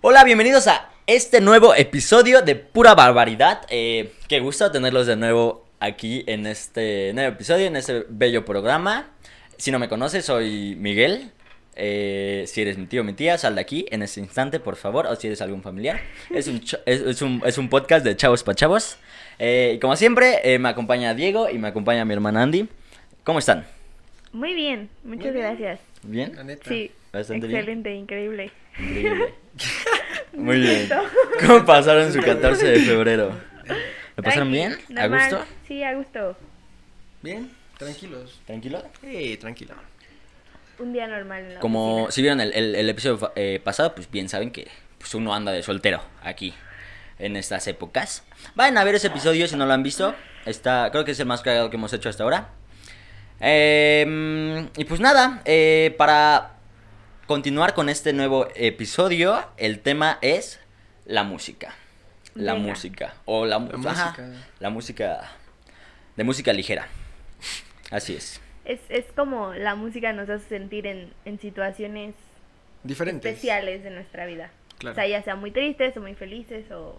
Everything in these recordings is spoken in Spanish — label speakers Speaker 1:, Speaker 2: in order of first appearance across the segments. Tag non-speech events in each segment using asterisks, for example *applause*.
Speaker 1: Hola, bienvenidos a este nuevo episodio de Pura Barbaridad. Eh, qué gusto tenerlos de nuevo aquí en este nuevo episodio, en este bello programa. Si no me conoces, soy Miguel. Eh, si eres mi tío o mi tía, sal de aquí en este instante, por favor, o si eres algún familiar. Es un, cho- es, es un, es un podcast de chavos pa' chavos. Eh, y como siempre, eh, me acompaña Diego y me acompaña mi hermana Andy. ¿Cómo están?
Speaker 2: Muy bien, muchas
Speaker 3: Muy bien.
Speaker 2: gracias.
Speaker 3: La
Speaker 1: ¿Bien?
Speaker 3: neta.
Speaker 2: Sí,
Speaker 1: Bastante bien.
Speaker 2: excelente, increíble.
Speaker 1: Increíble. *laughs* Muy bien. ¿Cómo pasaron su 14 de febrero? ¿Lo pasaron bien?
Speaker 2: Tranqui,
Speaker 1: ¿A
Speaker 2: normal.
Speaker 1: gusto?
Speaker 2: Sí, a gusto.
Speaker 3: Bien, tranquilos.
Speaker 1: ¿Tranquilo?
Speaker 3: Eh, tranquilo.
Speaker 2: Un día normal en la
Speaker 1: Como
Speaker 2: oficina.
Speaker 1: si vieron el, el- el episodio fa- eh, pasado, pues bien saben que pues uno anda de soltero aquí en estas épocas. Vayan a ver ese episodio si no lo han visto. Está, creo que es el más cagado que hemos hecho hasta ahora. Eh, y pues nada, eh, para continuar con este nuevo episodio, el tema es la música. La
Speaker 2: Venga.
Speaker 1: música. O la, mu-
Speaker 3: La
Speaker 1: ajá,
Speaker 3: música.
Speaker 1: La música. De música ligera. Así es.
Speaker 2: Es, es como la música nos hace sentir en, en situaciones
Speaker 3: Diferentes.
Speaker 2: especiales de nuestra vida.
Speaker 3: Claro.
Speaker 2: O sea, ya sea muy tristes o muy felices o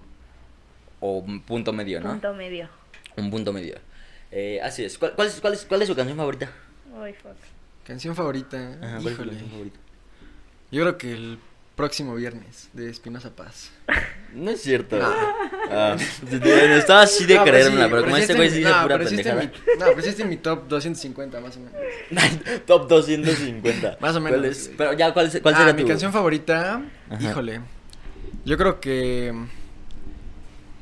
Speaker 1: O un punto medio, ¿no?
Speaker 2: punto medio.
Speaker 1: Un punto medio. Eh, así es. ¿Cuál, cuál es, cuál, es, ¿Cuál es su canción favorita?
Speaker 2: Uy, fuck.
Speaker 3: Canción favorita.
Speaker 1: Ajá, ¿cuál es su
Speaker 3: Híjole.
Speaker 1: canción favorita?
Speaker 3: Yo creo que el próximo viernes de Espinosa Paz.
Speaker 1: No es cierto.
Speaker 3: No.
Speaker 1: Ah, *laughs* te- te- estaba así de
Speaker 3: No, pero
Speaker 1: creérmela,
Speaker 3: sí,
Speaker 1: pero como
Speaker 3: sí
Speaker 1: este
Speaker 3: está
Speaker 1: güey
Speaker 3: en
Speaker 1: sí
Speaker 3: mi-
Speaker 1: dice
Speaker 3: no,
Speaker 1: pura
Speaker 3: pero sí está en
Speaker 1: pendejada.
Speaker 3: mi- No, pero sí está en mi top 250 más o
Speaker 1: *laughs*
Speaker 3: menos.
Speaker 1: Top 250.
Speaker 3: Más o
Speaker 1: ¿Cuál
Speaker 3: menos,
Speaker 1: es?
Speaker 3: güey.
Speaker 1: Pero ya, ¿cuál, se- cuál
Speaker 3: Ah,
Speaker 1: será
Speaker 3: mi
Speaker 1: tu-
Speaker 3: canción favorita?
Speaker 1: Ajá.
Speaker 3: Híjole. Yo creo que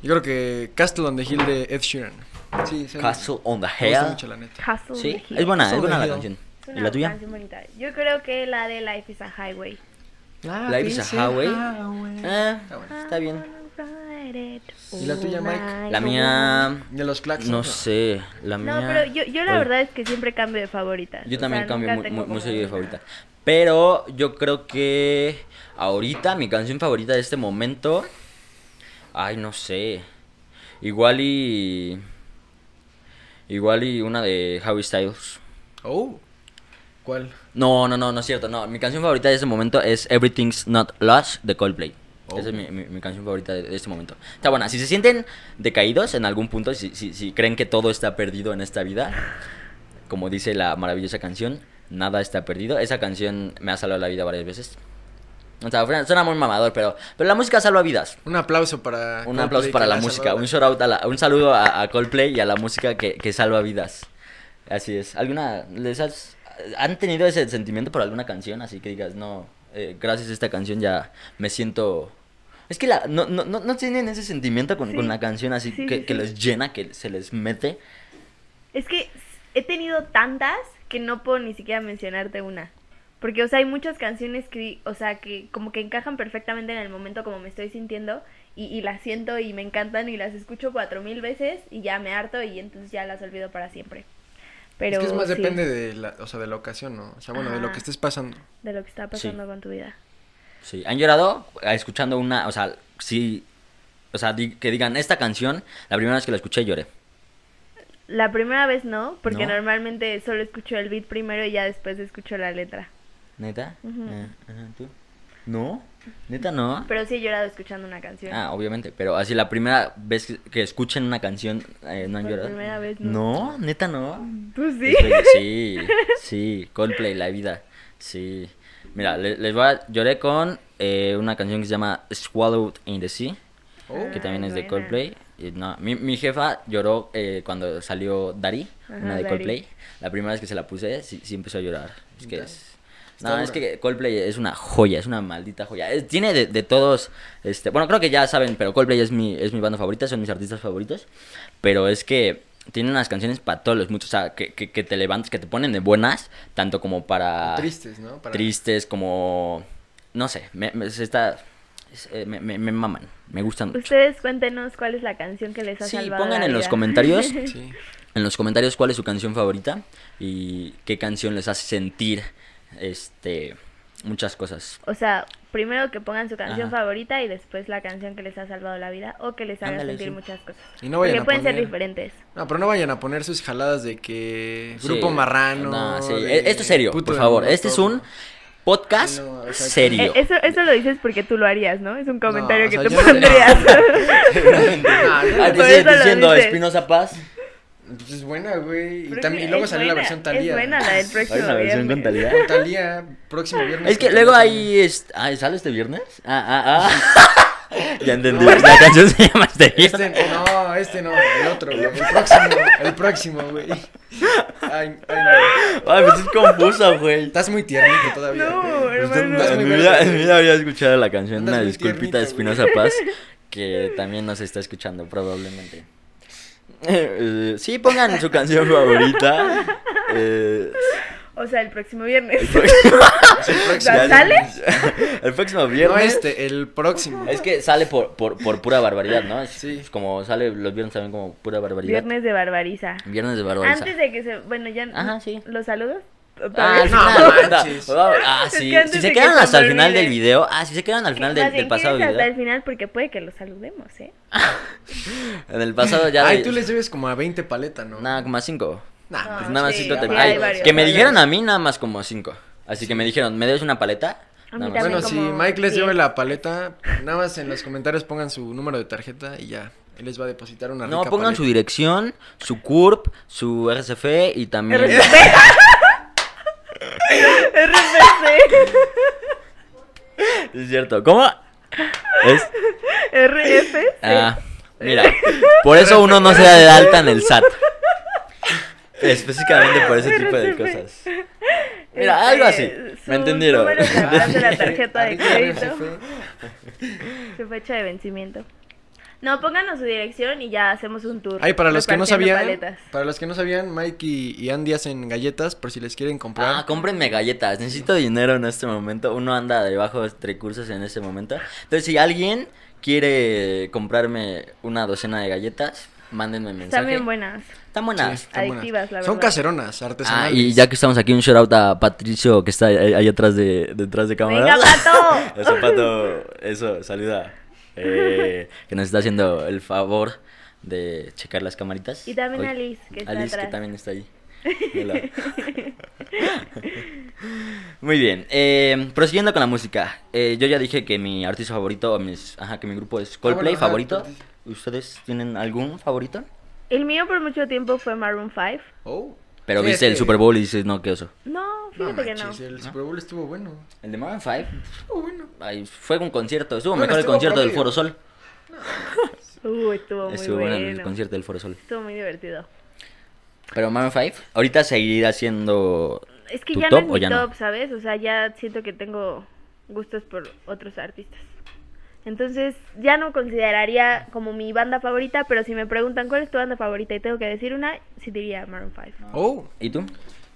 Speaker 3: yo creo que Castle on the Hill de Ed Sheeran. Sí, sí.
Speaker 1: Castle on the
Speaker 3: Me gusta
Speaker 1: Hill.
Speaker 3: mucho la neta.
Speaker 2: Hustle
Speaker 1: Sí,
Speaker 2: Hill.
Speaker 1: es buena,
Speaker 3: Castle
Speaker 1: es
Speaker 3: on
Speaker 1: buena
Speaker 3: the
Speaker 1: la
Speaker 3: Hill.
Speaker 1: canción.
Speaker 2: Es
Speaker 1: ¿Y
Speaker 2: una
Speaker 1: la tuya?
Speaker 2: canción bonita. Yo creo que la de Life is a Highway.
Speaker 1: La Ibiza Highway. Ah,
Speaker 3: Está bueno.
Speaker 1: está bien.
Speaker 3: ¿Y la tuya, Mike?
Speaker 1: La mía.
Speaker 3: De los Claxons.
Speaker 1: No sé. La mía.
Speaker 2: No, pero yo, yo la
Speaker 1: Oye,
Speaker 2: verdad es que siempre cambio de favoritas.
Speaker 1: Yo
Speaker 2: O
Speaker 1: también
Speaker 2: sea,
Speaker 1: cambio
Speaker 2: nunca
Speaker 1: muy,
Speaker 2: tengo
Speaker 1: muy, muy
Speaker 2: como
Speaker 1: seguido de
Speaker 2: una.
Speaker 1: favorita. Pero yo creo que ahorita mi canción favorita de este momento. Ay, no sé. Igual y. Igual y una de Harry Styles.
Speaker 3: Oh. ¿Cuál?
Speaker 1: No, no, no, no es cierto. No, mi canción favorita de este momento es Everything's Not Lost de Coldplay.
Speaker 3: Oh.
Speaker 1: Esa es mi, mi- mi canción favorita de, de este momento. Está buena. Si se sienten decaídos en algún punto, si, si, si creen que todo está perdido en esta vida, como dice la maravillosa canción, nada está perdido. Esa canción me ha salvado la vida varias veces. O sea, suena- suena muy mamador, pero, pero la música salva vidas.
Speaker 3: Un aplauso para
Speaker 1: Un
Speaker 3: Coldplay,
Speaker 1: aplauso
Speaker 3: que
Speaker 1: para la
Speaker 3: ha
Speaker 1: música.
Speaker 3: salvado
Speaker 1: Un,
Speaker 3: la-
Speaker 1: shout out a la- un saludo a, a Coldplay y a la música que, que salva vidas. Así es. ¿Alguna les has- han tenido ese sentimiento por alguna canción? Así que digas, no, eh, gracias a esta canción ya me siento... Es que la, no, no, no, no tienen ese sentimiento con,
Speaker 2: Sí.
Speaker 1: con la canción así
Speaker 2: Sí,
Speaker 1: que,
Speaker 2: sí,
Speaker 1: que
Speaker 2: sí.
Speaker 1: les llena, que se les mete.
Speaker 2: Es que he tenido tantas que no puedo ni siquiera mencionarte una. Porque, o sea, hay muchas canciones que, o sea, que como que encajan perfectamente en el momento como me estoy sintiendo y, y las siento y me encantan y las escucho cuatro mil veces y ya me harto y entonces ya las olvido para siempre. Pero
Speaker 3: es que es más
Speaker 2: sí, Ah.
Speaker 3: depende de la, o sea, de la ocasión, ¿no? O sea, bueno, de lo
Speaker 2: Ajá.
Speaker 3: que estés pasando.
Speaker 2: de lo que está pasando con tu vida.
Speaker 1: Sí, ¿han llorado eh, escuchando una, o sea, sí, o sea, di- que digan, esta canción, la primera vez que la escuché lloré.
Speaker 2: La primera vez no, porque
Speaker 1: No.
Speaker 2: normalmente solo escucho el beat primero y ya después escucho la letra.
Speaker 1: ¿Neta?
Speaker 2: Ujú.
Speaker 1: Eh, ajá, ¿tú? ¿No? ¿Neta no?
Speaker 2: Pero sí he llorado escuchando una canción.
Speaker 1: Ah, obviamente, pero así la primera vez que, que escuchen una canción eh, no han
Speaker 2: Por
Speaker 1: llorado.
Speaker 2: primera vez,
Speaker 1: no.
Speaker 2: no.
Speaker 1: neta no.
Speaker 2: ¿Tú sí?
Speaker 1: Estoy- Sí, sí, Coldplay, la vida. Sí. Mira, le- les, voy a. Lloré con eh, una canción que se llama Swallowed in the Sea,
Speaker 3: Oh.
Speaker 1: que
Speaker 2: Ah,
Speaker 1: también es de
Speaker 2: buena.
Speaker 1: Coldplay. Y no, mi, mi jefa lloró eh, cuando salió Dari,
Speaker 2: Ajá,
Speaker 1: una de
Speaker 2: Daddy.
Speaker 1: Coldplay. La primera vez que se la puse, sí, sí empezó a llorar. Es que
Speaker 3: Ya.
Speaker 1: es.
Speaker 3: Está
Speaker 1: No, es
Speaker 3: dura.
Speaker 1: que Coldplay es una joya, es una maldita joya. Es- tiene de, de todos, este, bueno, creo que ya saben, pero Coldplay es mi, es mi banda favorita, son mis artistas favoritos. Pero es que tiene unas canciones para todos los muchos, o sea, que, que- que te levantas, que te ponen de buenas, tanto como para
Speaker 3: Tristes, ¿no? Para-
Speaker 1: tristes, como, no sé, me, me- se está, es- eh, me, me- me maman, me gustan mucho.
Speaker 2: *laughs* Ustedes cuéntenos cuál es la canción que les ha
Speaker 1: Sí,
Speaker 2: salvado
Speaker 1: pongan
Speaker 2: la
Speaker 1: en los
Speaker 2: vida.
Speaker 1: comentarios
Speaker 3: Sí.
Speaker 1: en los comentarios cuál es su canción favorita y qué canción les hace sentir este muchas cosas.
Speaker 2: *laughs* O sea, primero que pongan su canción
Speaker 1: Ajá.
Speaker 2: favorita y después la canción que les ha salvado la vida o que les haga
Speaker 1: Ándale,
Speaker 2: sentir
Speaker 1: sí.
Speaker 2: muchas cosas.
Speaker 3: Y no vayan
Speaker 2: Porque
Speaker 3: a
Speaker 2: pueden ser
Speaker 3: poner-
Speaker 2: diferentes.
Speaker 3: No, pero no vayan a poner sus jaladas de que
Speaker 1: Sí.
Speaker 3: grupo marrano.
Speaker 1: No, sí. E,
Speaker 3: de
Speaker 1: Esto es serio,
Speaker 3: puto
Speaker 1: por
Speaker 3: de
Speaker 1: favor.
Speaker 3: *laughs* Molotov,
Speaker 1: Este es un podcast
Speaker 3: No, exacto.
Speaker 1: serio.
Speaker 2: Eh, eso, eso lo dices porque tú lo harías, ¿no? Es un comentario
Speaker 3: o sea,
Speaker 2: que tú
Speaker 3: yo no-
Speaker 2: pondrías.
Speaker 1: Seguramente.
Speaker 3: Ah, no,
Speaker 1: Ay,
Speaker 2: por
Speaker 1: pues,
Speaker 2: eso lo
Speaker 1: diciendo
Speaker 2: dices.
Speaker 1: Espinosa Paz.
Speaker 3: Pues es buena, güey. Y,
Speaker 2: Pero
Speaker 3: también,
Speaker 2: es
Speaker 3: y luego
Speaker 2: es
Speaker 3: salió la
Speaker 2: buena,
Speaker 3: versión Talía.
Speaker 2: Es buena la del
Speaker 3: *laughs*
Speaker 2: próximo
Speaker 1: Hay una versión con
Speaker 2: viernes. *laughs*
Speaker 1: calidad.
Speaker 3: Talía, próximo viernes.
Speaker 1: Es que
Speaker 3: con
Speaker 1: luego
Speaker 3: Talía
Speaker 1: ahí es... Ay, ¿sale este viernes? Ah, ah, ah. *laughs* ya
Speaker 3: *laughs*
Speaker 1: entendí. La canción se llama este
Speaker 3: también.
Speaker 1: viernes.
Speaker 3: Este, no, este no, el otro, güey. El próximo, el próximo,
Speaker 1: *laughs*
Speaker 3: güey. Ay, ay, no.
Speaker 1: Ay, pues es confusa, güey.
Speaker 3: Estás muy tiernito todavía.
Speaker 2: No, hermano.
Speaker 3: Estás
Speaker 1: Pues En
Speaker 3: muy
Speaker 1: mi
Speaker 3: verde.
Speaker 1: vida, en mi vida había escuchado la canción.
Speaker 3: Andas
Speaker 1: Una
Speaker 3: muy
Speaker 1: disculpita de
Speaker 3: tiernito,
Speaker 1: Espinosa Paz, que también nos está escuchando probablemente. Eh, eh, sí, pongan su canción favorita. Eh,
Speaker 2: *laughs* O sea, el próximo viernes.
Speaker 1: *laughs* el próximo-
Speaker 3: El próximo.
Speaker 2: ¿Ya sale?
Speaker 1: *laughs* El próximo
Speaker 3: No
Speaker 1: viernes.
Speaker 3: este, el próximo.
Speaker 1: Es que sale por, por, por pura barbaridad, ¿no? Es,
Speaker 3: Sí.
Speaker 1: es como sale los viernes también como pura barbaridad. Viernes,
Speaker 2: *laughs* viernes de Barbariza.
Speaker 1: de barbaridad.
Speaker 2: Antes de que se. Bueno, ya.
Speaker 1: Ajá, sí.
Speaker 2: ¿Los saludos?
Speaker 1: Ah, al
Speaker 3: No
Speaker 1: final,
Speaker 3: manches.
Speaker 1: no, ah, sí.
Speaker 2: Es que antes
Speaker 1: si
Speaker 2: de
Speaker 1: se
Speaker 2: que
Speaker 1: quedan
Speaker 2: se
Speaker 1: hasta
Speaker 2: me
Speaker 1: el final
Speaker 2: olvide.
Speaker 1: del video. Ah, si se quedan al
Speaker 2: Que-
Speaker 1: final
Speaker 2: más
Speaker 1: del,
Speaker 2: bien,
Speaker 1: del pasado
Speaker 2: quédense
Speaker 1: video.
Speaker 2: hasta el final porque puede que los saludemos, ¿eh?
Speaker 1: En el pasado ya.
Speaker 3: Ay,
Speaker 1: de-
Speaker 3: tú les debes como a 20 paletas, ¿no?
Speaker 1: Nada, como a cinco.
Speaker 3: Nah,
Speaker 1: Pues
Speaker 2: Ah,
Speaker 1: nada más
Speaker 2: sí,
Speaker 1: cinco te-
Speaker 2: sí,
Speaker 1: ay,
Speaker 2: hay varios,
Speaker 1: Que me
Speaker 2: hay
Speaker 1: dijeron a mí nada más como cinco. Así que me dijeron, ¿me debes una paleta?
Speaker 2: A
Speaker 1: Nada más.
Speaker 2: mí también
Speaker 3: Bueno,
Speaker 2: como
Speaker 3: si Mike les
Speaker 2: diez.
Speaker 3: lleva la paleta, nada más en los comentarios pongan su número de tarjeta y ya. Él les va a depositar una
Speaker 1: no,
Speaker 3: rica
Speaker 1: pongan su
Speaker 3: paleta.
Speaker 1: dirección, su CURP, su RCF y también.
Speaker 2: *laughs* RFC.
Speaker 1: *laughs* es cierto. ¿Cómo? Es.
Speaker 2: RF.
Speaker 1: Ah, mira, por eso uno no se da de alta en el SAT. Específicamente por ese tipo de cosas. Mira, algo así.
Speaker 2: Su
Speaker 1: ¿Me entendieron?
Speaker 2: número de
Speaker 1: *laughs*
Speaker 2: *laughs* atrás Ah, de la tarjeta de
Speaker 3: Arriba, arriba,
Speaker 2: crédito.
Speaker 3: jefe.
Speaker 2: Su fecha de vencimiento. No, pónganos su dirección y ya hacemos un tour.
Speaker 3: Ay, para los que no
Speaker 2: repartiendo
Speaker 3: sabían,
Speaker 2: paletas.
Speaker 3: para los que no sabían, Mike y, y Andy hacen galletas por si les quieren comprar.
Speaker 1: Ah, cómprenme galletas. Necesito dinero en este momento. Uno anda debajo de recursos en este momento. Entonces, si alguien quiere comprarme una docena de galletas, mándenme mensaje.
Speaker 2: Están bien buenas.
Speaker 1: Están
Speaker 3: Sí,
Speaker 1: buenas.
Speaker 3: están buenas.
Speaker 2: Adictivas, la
Speaker 3: Son
Speaker 2: verdad.
Speaker 3: caseronas,
Speaker 1: Ah,
Speaker 3: artesanales.
Speaker 1: y ya que estamos aquí, un shout out a Patricio que está ahí, ahí atrás de, detrás de cámara.
Speaker 2: ¡Venga, Pato!
Speaker 1: *laughs* El zapato, eso, saluda. Eh, que nos está haciendo el favor de checar las camaritas.
Speaker 2: Y también a Liz, que está
Speaker 1: Alice, que
Speaker 2: atrás.
Speaker 1: también está
Speaker 2: *laughs*
Speaker 1: ahí. Hola. Muy bien, eh, prosiguiendo con la música. Eh, yo ya dije que mi artista favorito, o mis, ajá, que mi grupo es Coldplay
Speaker 3: Ah, bueno, ajá,
Speaker 1: favorito.
Speaker 3: tú-
Speaker 1: ¿Ustedes tienen algún favorito?
Speaker 2: El mío por mucho tiempo fue Maroon 5.
Speaker 3: Oh.
Speaker 1: Pero
Speaker 3: Sí,
Speaker 1: viste
Speaker 3: es
Speaker 1: el
Speaker 3: que-
Speaker 1: Super Bowl y dices, no, qué oso.
Speaker 2: No,
Speaker 3: No,
Speaker 2: fíjate que no.
Speaker 3: manches, el Super Bowl estuvo bueno.
Speaker 1: El de Maroon 5
Speaker 3: Estuvo bueno.
Speaker 1: ay, fue un concierto, estuvo
Speaker 3: Bueno,
Speaker 1: mejor el
Speaker 3: estuvo
Speaker 1: concierto del
Speaker 3: promedio.
Speaker 1: Foro Sol.
Speaker 2: Uh, estuvo muy
Speaker 1: Estuvo
Speaker 2: bueno.
Speaker 1: bueno el concierto del Foro Sol.
Speaker 2: Estuvo muy divertido.
Speaker 1: Pero Maroon 5, ahorita seguirá siendo.
Speaker 2: Es que
Speaker 1: ¿Tu
Speaker 2: ya
Speaker 1: top
Speaker 2: no
Speaker 1: o
Speaker 2: es mi
Speaker 1: ya no?
Speaker 2: top, ¿sabes? O sea, ya siento que tengo gustos por otros artistas. Entonces, ya no consideraría como mi banda favorita, pero si me preguntan cuál es tu banda favorita y tengo que decir una, sí diría Maroon 5.
Speaker 3: Oh,
Speaker 1: ¿Y tú?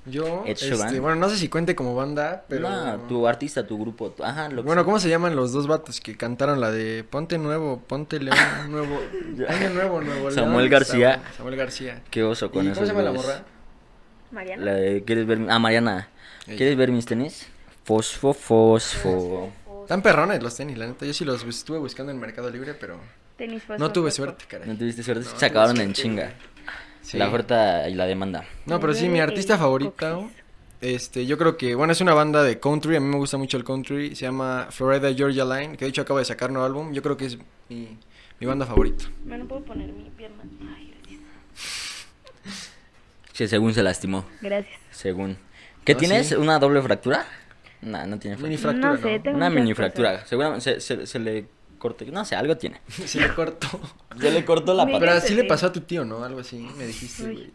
Speaker 3: yo.
Speaker 1: Ed
Speaker 3: Este,
Speaker 1: Sheeran.
Speaker 3: bueno, no sé si cuente como banda, pero.
Speaker 1: No, tu artista, tu grupo. tu- Ajá, lo que
Speaker 3: Bueno,
Speaker 1: sea.
Speaker 3: ¿cómo se llaman los dos vatos que cantaron la de Ponte Nuevo, Ponte León Nuevo,
Speaker 1: *laughs*
Speaker 3: Año Nuevo, Nuevo León?
Speaker 1: Samuel García.
Speaker 3: Samuel- Samuel García.
Speaker 1: Qué oso
Speaker 3: ¿Y
Speaker 1: con
Speaker 3: ¿Cómo
Speaker 1: eso.
Speaker 3: se llama la morra?
Speaker 2: Mariana.
Speaker 1: La de, ¿Quieres ver? Ah, Mariana.
Speaker 3: Ella.
Speaker 1: ¿Quieres ver mis tenis? Fosfo, fosfo.
Speaker 3: Están perrones los tenis, la neta. Yo sí los bus- estuve buscando en Mercado Libre, pero
Speaker 2: Tenis fosfo,
Speaker 3: no tuve
Speaker 2: fosfo.
Speaker 3: suerte,
Speaker 1: No
Speaker 3: caray.
Speaker 1: tuviste suerte,
Speaker 3: No,
Speaker 1: se acabaron
Speaker 3: tuve
Speaker 1: en
Speaker 3: suerte,
Speaker 1: chinga.
Speaker 3: Sí.
Speaker 1: La oferta y la demanda.
Speaker 3: No, pero
Speaker 2: Me
Speaker 3: sí, mi
Speaker 2: duele
Speaker 3: artista
Speaker 2: el
Speaker 3: favorita,
Speaker 2: coxis.
Speaker 3: este, yo creo que, bueno, es una banda de country, a mí me gusta mucho el country, se llama Florida Georgia Line, que de hecho acaba de sacar nuevo álbum, yo creo que es mi, mi banda favorita. *laughs*
Speaker 2: Me no puedo poner mi pierna. Ay, gracias.
Speaker 1: Sí, según se lastimó.
Speaker 2: Gracias.
Speaker 1: Según. ¿Qué
Speaker 3: Ah,
Speaker 1: tienes?
Speaker 3: sí.
Speaker 1: ¿Una doble fractura? No, no tiene
Speaker 3: Mini
Speaker 1: fractura.
Speaker 3: fractura,
Speaker 2: no sé,
Speaker 3: ¿no?
Speaker 2: tengo
Speaker 1: Una
Speaker 2: muchas
Speaker 1: mini
Speaker 2: cosas.
Speaker 1: fractura. Seguramente se, se- se le cortó. No sé, algo tiene.
Speaker 3: Se le cortó.
Speaker 1: Se le cortó la
Speaker 2: Mira.
Speaker 1: pata.
Speaker 3: Pero así le pasó a tu tío, ¿no? Algo así, me dijiste,
Speaker 2: Uy.
Speaker 3: güey.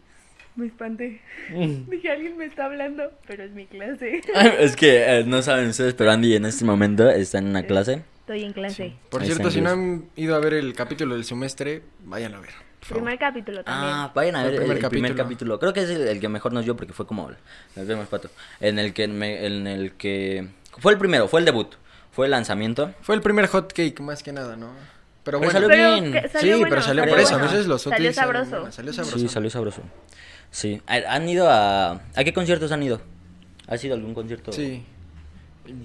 Speaker 2: Me espanté.
Speaker 3: Mm.
Speaker 2: Dije, alguien me está hablando, pero es mi clase.
Speaker 1: *laughs* Es que eh, no saben ustedes, pero Andy en este momento está en una clase.
Speaker 2: Estoy en clase.
Speaker 3: Por
Speaker 1: Ahí
Speaker 3: cierto,
Speaker 1: está,
Speaker 3: si no
Speaker 1: Luis.
Speaker 3: han ido a ver el capítulo del semestre, vayan a ver. por favor.
Speaker 2: Primer capítulo también.
Speaker 1: Ah, vayan a
Speaker 3: Fue
Speaker 1: ver el,
Speaker 3: el primer
Speaker 1: el primer capítulo.
Speaker 3: capítulo.
Speaker 1: Creo que es el, el que mejor nos dio porque fue como el- nos vemos pato. En el que me- en el que fue el primero, fue el debut, fue el lanzamiento.
Speaker 3: Fue el primer hot cake, más que nada, ¿no?
Speaker 1: Pero
Speaker 3: Pero bueno,
Speaker 1: salió
Speaker 2: Pero
Speaker 1: bien.
Speaker 2: que-
Speaker 3: sí,
Speaker 2: salió bueno,
Speaker 3: pero salió
Speaker 1: salió
Speaker 3: por eso, a
Speaker 1: bueno.
Speaker 3: veces los hot
Speaker 2: Salió
Speaker 3: cakes salen-
Speaker 2: sabroso.
Speaker 3: Salió sabroso.
Speaker 1: Sí, salió sabroso. Sí, A- han ido a ¿A qué conciertos han ido? ¿Ha sido algún concierto?
Speaker 3: Sí.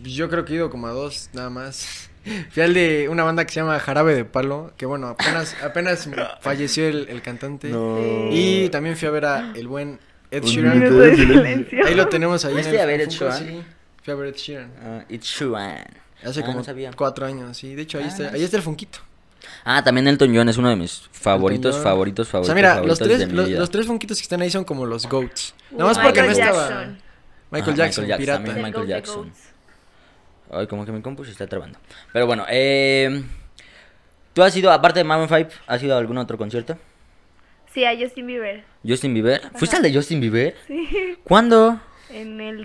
Speaker 3: Yo creo que he ido como a dos, nada más. *laughs* Fui al de una banda que se llama Jarabe de Palo, que bueno, apenas, apenas falleció el, el cantante. Y también fui a ver a el buen Ed
Speaker 1: Un
Speaker 3: Sheeran. *laughs*
Speaker 2: Minuto de silencio.
Speaker 3: Ahí lo tenemos ahí. en
Speaker 1: ¿Fuiste
Speaker 3: el
Speaker 1: a ver Ed
Speaker 3: Funko,
Speaker 1: Sheeran?
Speaker 3: sí. Fui a ver Ed Sheeran.
Speaker 1: Ah, it's Shuan.
Speaker 3: Hace
Speaker 1: Ah,
Speaker 3: como
Speaker 1: no sabía.
Speaker 3: cuatro años, sí. De hecho, ahí,
Speaker 1: Ah,
Speaker 3: está,
Speaker 1: nice.
Speaker 3: ahí está el funquito.
Speaker 1: Ah, también Elton John es uno de mis favoritos,
Speaker 3: John.
Speaker 1: favoritos,
Speaker 3: O
Speaker 1: favoritos.
Speaker 3: sea, mira,
Speaker 1: favoritos
Speaker 3: los
Speaker 1: de
Speaker 3: tres,
Speaker 1: mi
Speaker 3: los,
Speaker 1: vida.
Speaker 3: los tres funquitos que están ahí son como los GOATs. Nada más
Speaker 1: Wow.
Speaker 3: porque no
Speaker 1: Michael
Speaker 3: estaba
Speaker 2: Jackson.
Speaker 1: Ajá, Ah,
Speaker 3: Michael Jackson,
Speaker 1: Michael Jackson,
Speaker 3: pirata.
Speaker 1: también.
Speaker 2: Es el
Speaker 1: Michael
Speaker 2: goat de
Speaker 1: Jackson.
Speaker 2: goats.
Speaker 1: Ay, como que mi compu se está trabando. Pero bueno, eh, ¿tú has ido, aparte de Maroon 5, has ido a algún otro concierto?
Speaker 2: Sí, a Justin Bieber.
Speaker 1: ¿Justin Bieber? ¿Fuiste al de Justin Bieber?
Speaker 2: Sí.
Speaker 1: ¿Cuándo?
Speaker 2: En el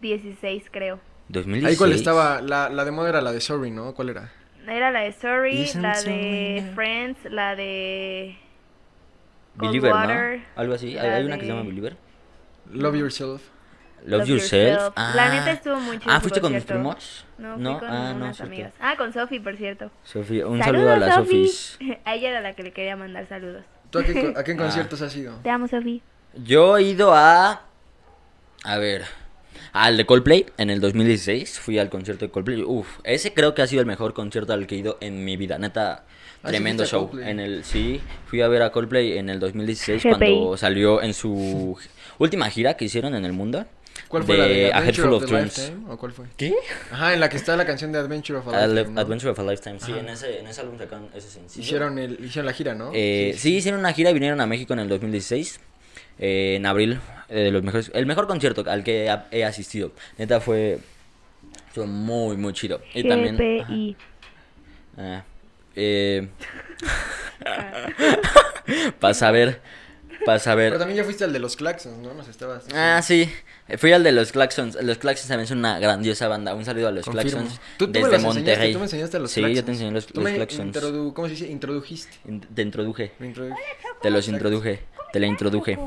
Speaker 2: 2016, creo.
Speaker 1: ¿2016?
Speaker 3: Ahí cuál estaba, la, la de moda era la de Sorry, ¿no? ¿Cuál era?
Speaker 2: Era la de Sorry,
Speaker 3: Isn't
Speaker 2: la
Speaker 3: something
Speaker 2: de
Speaker 3: that-
Speaker 2: Friends, la de.
Speaker 1: Believer,
Speaker 2: Coldwater,
Speaker 1: ¿no? Algo así. Hay,
Speaker 2: la
Speaker 1: hay una que se llama
Speaker 2: de-
Speaker 1: Believer.
Speaker 3: Love Yourself.
Speaker 1: Love,
Speaker 2: Love
Speaker 1: Yourself.
Speaker 2: Yourself.
Speaker 1: Ah.
Speaker 2: La neta estuvo muy chido
Speaker 1: Ah,
Speaker 2: su
Speaker 1: ¿fuiste con mis
Speaker 2: concierto.
Speaker 1: primos?
Speaker 2: No, fui con
Speaker 1: ah, no,
Speaker 2: unas
Speaker 1: cierto.
Speaker 2: amigas. Ah, con Sophie, por cierto.
Speaker 1: Sofía, un saludo a la
Speaker 2: Sofi.
Speaker 1: Sofis.
Speaker 2: *laughs* A ella era la que le quería mandar saludos.
Speaker 3: ¿Tú a qué, co- a
Speaker 1: *laughs*
Speaker 3: qué
Speaker 1: Ah.
Speaker 3: conciertos has ido?
Speaker 2: Te amo, Sofi.
Speaker 1: Yo he ido a. A ver. Al de Coldplay en el 2016. Fui al concierto de Coldplay. Uf, ese creo que ha sido el mejor concierto al que he ido en mi vida. Neta,
Speaker 3: Ah, sí
Speaker 1: tremendo
Speaker 3: fuiste a
Speaker 1: show.
Speaker 3: Coldplay.
Speaker 1: En el Sí, fui a ver a Coldplay en el 2016
Speaker 2: GPI.
Speaker 1: cuando salió en su *laughs* última gira que hicieron en el mundo.
Speaker 3: ¿Cuál fue la de
Speaker 1: A
Speaker 3: Adventure
Speaker 1: Headful
Speaker 3: of
Speaker 1: of
Speaker 3: the
Speaker 1: Dreams.
Speaker 3: Lifetime? ¿O cuál fue?
Speaker 1: ¿Qué?
Speaker 3: Ajá, en la que está la canción de Adventure of a
Speaker 1: Adle-
Speaker 3: Lifetime, ¿no?
Speaker 1: Adventure of a Lifetime. Sí,
Speaker 3: Ajá.
Speaker 1: en ese, en ese álbum sacaron ese sencillo.
Speaker 3: Hicieron, el, hicieron la gira, ¿no?
Speaker 1: Eh, sí, hicieron una gira y vinieron a México en el 2016, eh, en abril, eh, de los mejores, el mejor concierto al que ha- he asistido. Neta fue, fue muy, muy chido. Y también... ajá,
Speaker 2: GPI.
Speaker 1: ah, eh, para saber, para
Speaker 3: Pero
Speaker 1: saber.
Speaker 3: también ya fuiste al de los Claxons, ¿no? Nos estabas...
Speaker 1: Ah, sí. Fui al de los Claxons. Los Claxons también son una grandiosa banda. Un saludo a los
Speaker 3: Confirmo.
Speaker 1: Claxons.
Speaker 3: Tú, tú
Speaker 1: desde
Speaker 3: me las enseñaste,
Speaker 1: Monterrey.
Speaker 3: tú me enseñaste a los
Speaker 1: sí,
Speaker 3: Claxons.
Speaker 1: yo te enseñé los,
Speaker 3: Tú
Speaker 1: los
Speaker 3: me
Speaker 1: Claxons.
Speaker 3: introdu- ¿Cómo se dice? Introdujiste.
Speaker 1: In- Te introduje.
Speaker 3: Me introdu-
Speaker 1: Te los
Speaker 3: Exacto.
Speaker 1: introduje. Te la introduje.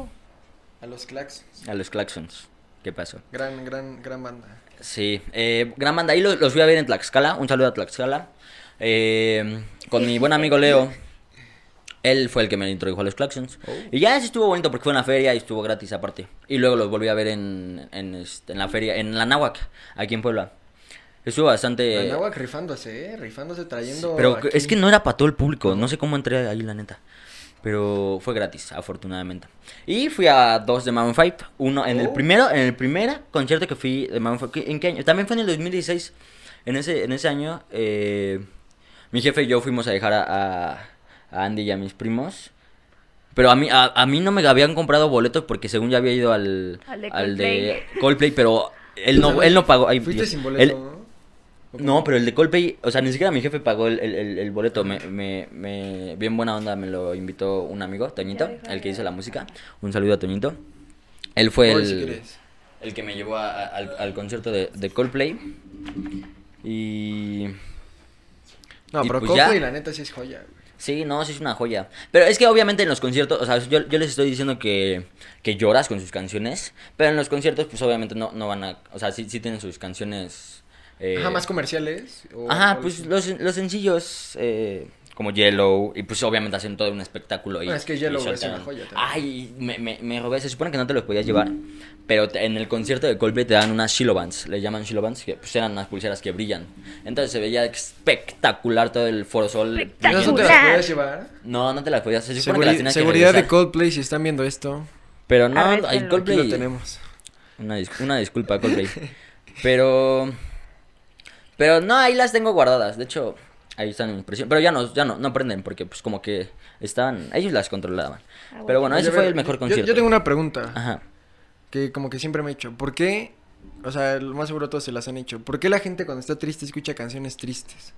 Speaker 3: A los Claxons.
Speaker 1: A los Claxons. ¿Qué pasó?
Speaker 3: Gran, gran, gran banda.
Speaker 1: Sí, eh, gran banda. Ahí lo- los, fui a ver en Tlaxcala. Un saludo a Tlaxcala. Eh, con mi buen amigo Leo. Él fue el que me introdujo a los Claxons. Y ya sí estuvo bonito porque fue en la feria y estuvo gratis aparte. Y luego los volví a ver en, en, este, en la feria, en la Náhuac, aquí en Puebla. Estuvo bastante.
Speaker 3: Anáhuac rifándose, ¿eh? Rifándose, trayendo...
Speaker 1: Eh, Pero
Speaker 3: aquí-
Speaker 1: es que no era para todo el público, no sé cómo entré ahí, la neta. Pero fue gratis, afortunadamente. Y fui a dos de Maroon 5, uno en el
Speaker 3: Oh.
Speaker 1: primero, en el primer concierto que fui de Maroon 5, ¿qué- ¿en qué año? También fue en el 2016. En ese en ese año eh, mi jefe y yo fuimos a dejar a, a- a Andy y a mis primos. Pero a mí, a, a mí no me habían comprado boletos porque según ya había ido al,
Speaker 2: Al de
Speaker 1: de Coldplay, pero él no,
Speaker 3: ¿Sabes?
Speaker 1: él no pagó. Ay,
Speaker 3: Fuiste
Speaker 1: Dios.
Speaker 3: sin
Speaker 1: Él-
Speaker 3: boleto, ¿no? ¿O
Speaker 1: no,
Speaker 3: cómo?
Speaker 1: pero el de Coldplay, o sea, ni siquiera mi jefe pagó el, el- el- el boleto. Me, me- me- bien buena onda, me lo invitó un amigo, Toñito,
Speaker 2: deja
Speaker 1: el que
Speaker 2: de-
Speaker 1: hizo la música. Un saludo a Toñito. Él fue
Speaker 3: Voy, si
Speaker 1: el,
Speaker 3: quieres.
Speaker 1: el que me llevó a- a- al, al concierto de, de Coldplay. Y.
Speaker 3: No,
Speaker 1: y
Speaker 3: pero
Speaker 1: pues
Speaker 3: Coldplay,
Speaker 1: ya.
Speaker 3: la neta, sí es joya, güey.
Speaker 1: Sí, no, sí es una joya. Pero es que obviamente en los conciertos, o sea, yo, yo les estoy diciendo que, que lloras con sus canciones, pero en los conciertos, pues obviamente no, no van a. O sea, sí, sí tienen sus canciones. eh,
Speaker 3: Ajá, más comerciales. o-
Speaker 1: Ajá,
Speaker 3: o-
Speaker 1: pues los, los sencillos eh, como Yellow, y pues obviamente hacen todo un espectáculo. Y,
Speaker 3: Ah, es que Yellow
Speaker 1: y
Speaker 3: es
Speaker 1: sueltan-
Speaker 3: una joya también.
Speaker 1: Ay, me, me, me robé, se supone que no te los podías llevar, pero te- en el concierto de Coldplay te dan unas Shilobands, le llaman Shilobands, que pues eran unas pulseras que brillan. Entonces se veía espectacular todo el Foro Sol.
Speaker 3: ¿Y esas no te
Speaker 1: brillando.
Speaker 3: las podías llevar?
Speaker 1: No, no te las podías, se supone que las
Speaker 3: Seguri-
Speaker 1: tenías que
Speaker 3: seguridad de
Speaker 1: regresar,
Speaker 3: Coldplay, si están viendo esto,
Speaker 1: Pero no,
Speaker 2: Arréstenlo.
Speaker 1: el
Speaker 3: aquí lo
Speaker 1: Coldplay...
Speaker 3: tenemos.
Speaker 1: Una, dis- una disculpa, Coldplay. Pero. Pero no, ahí las tengo guardadas. De hecho, ahí están en prisión. Pero ya no, ya no, no prenden porque, pues, como que estaban. Ellos las controlaban.
Speaker 2: Ah, bueno.
Speaker 1: Pero bueno,
Speaker 3: Oye,
Speaker 1: ese
Speaker 3: a ver,
Speaker 1: fue el mejor
Speaker 3: yo-
Speaker 1: concierto.
Speaker 3: Yo, tengo una pregunta
Speaker 1: Ajá.
Speaker 3: que como que siempre me he hecho. ¿Por qué? O sea, lo más seguro todos se las han hecho. ¿Por qué la gente cuando está triste escucha canciones tristes?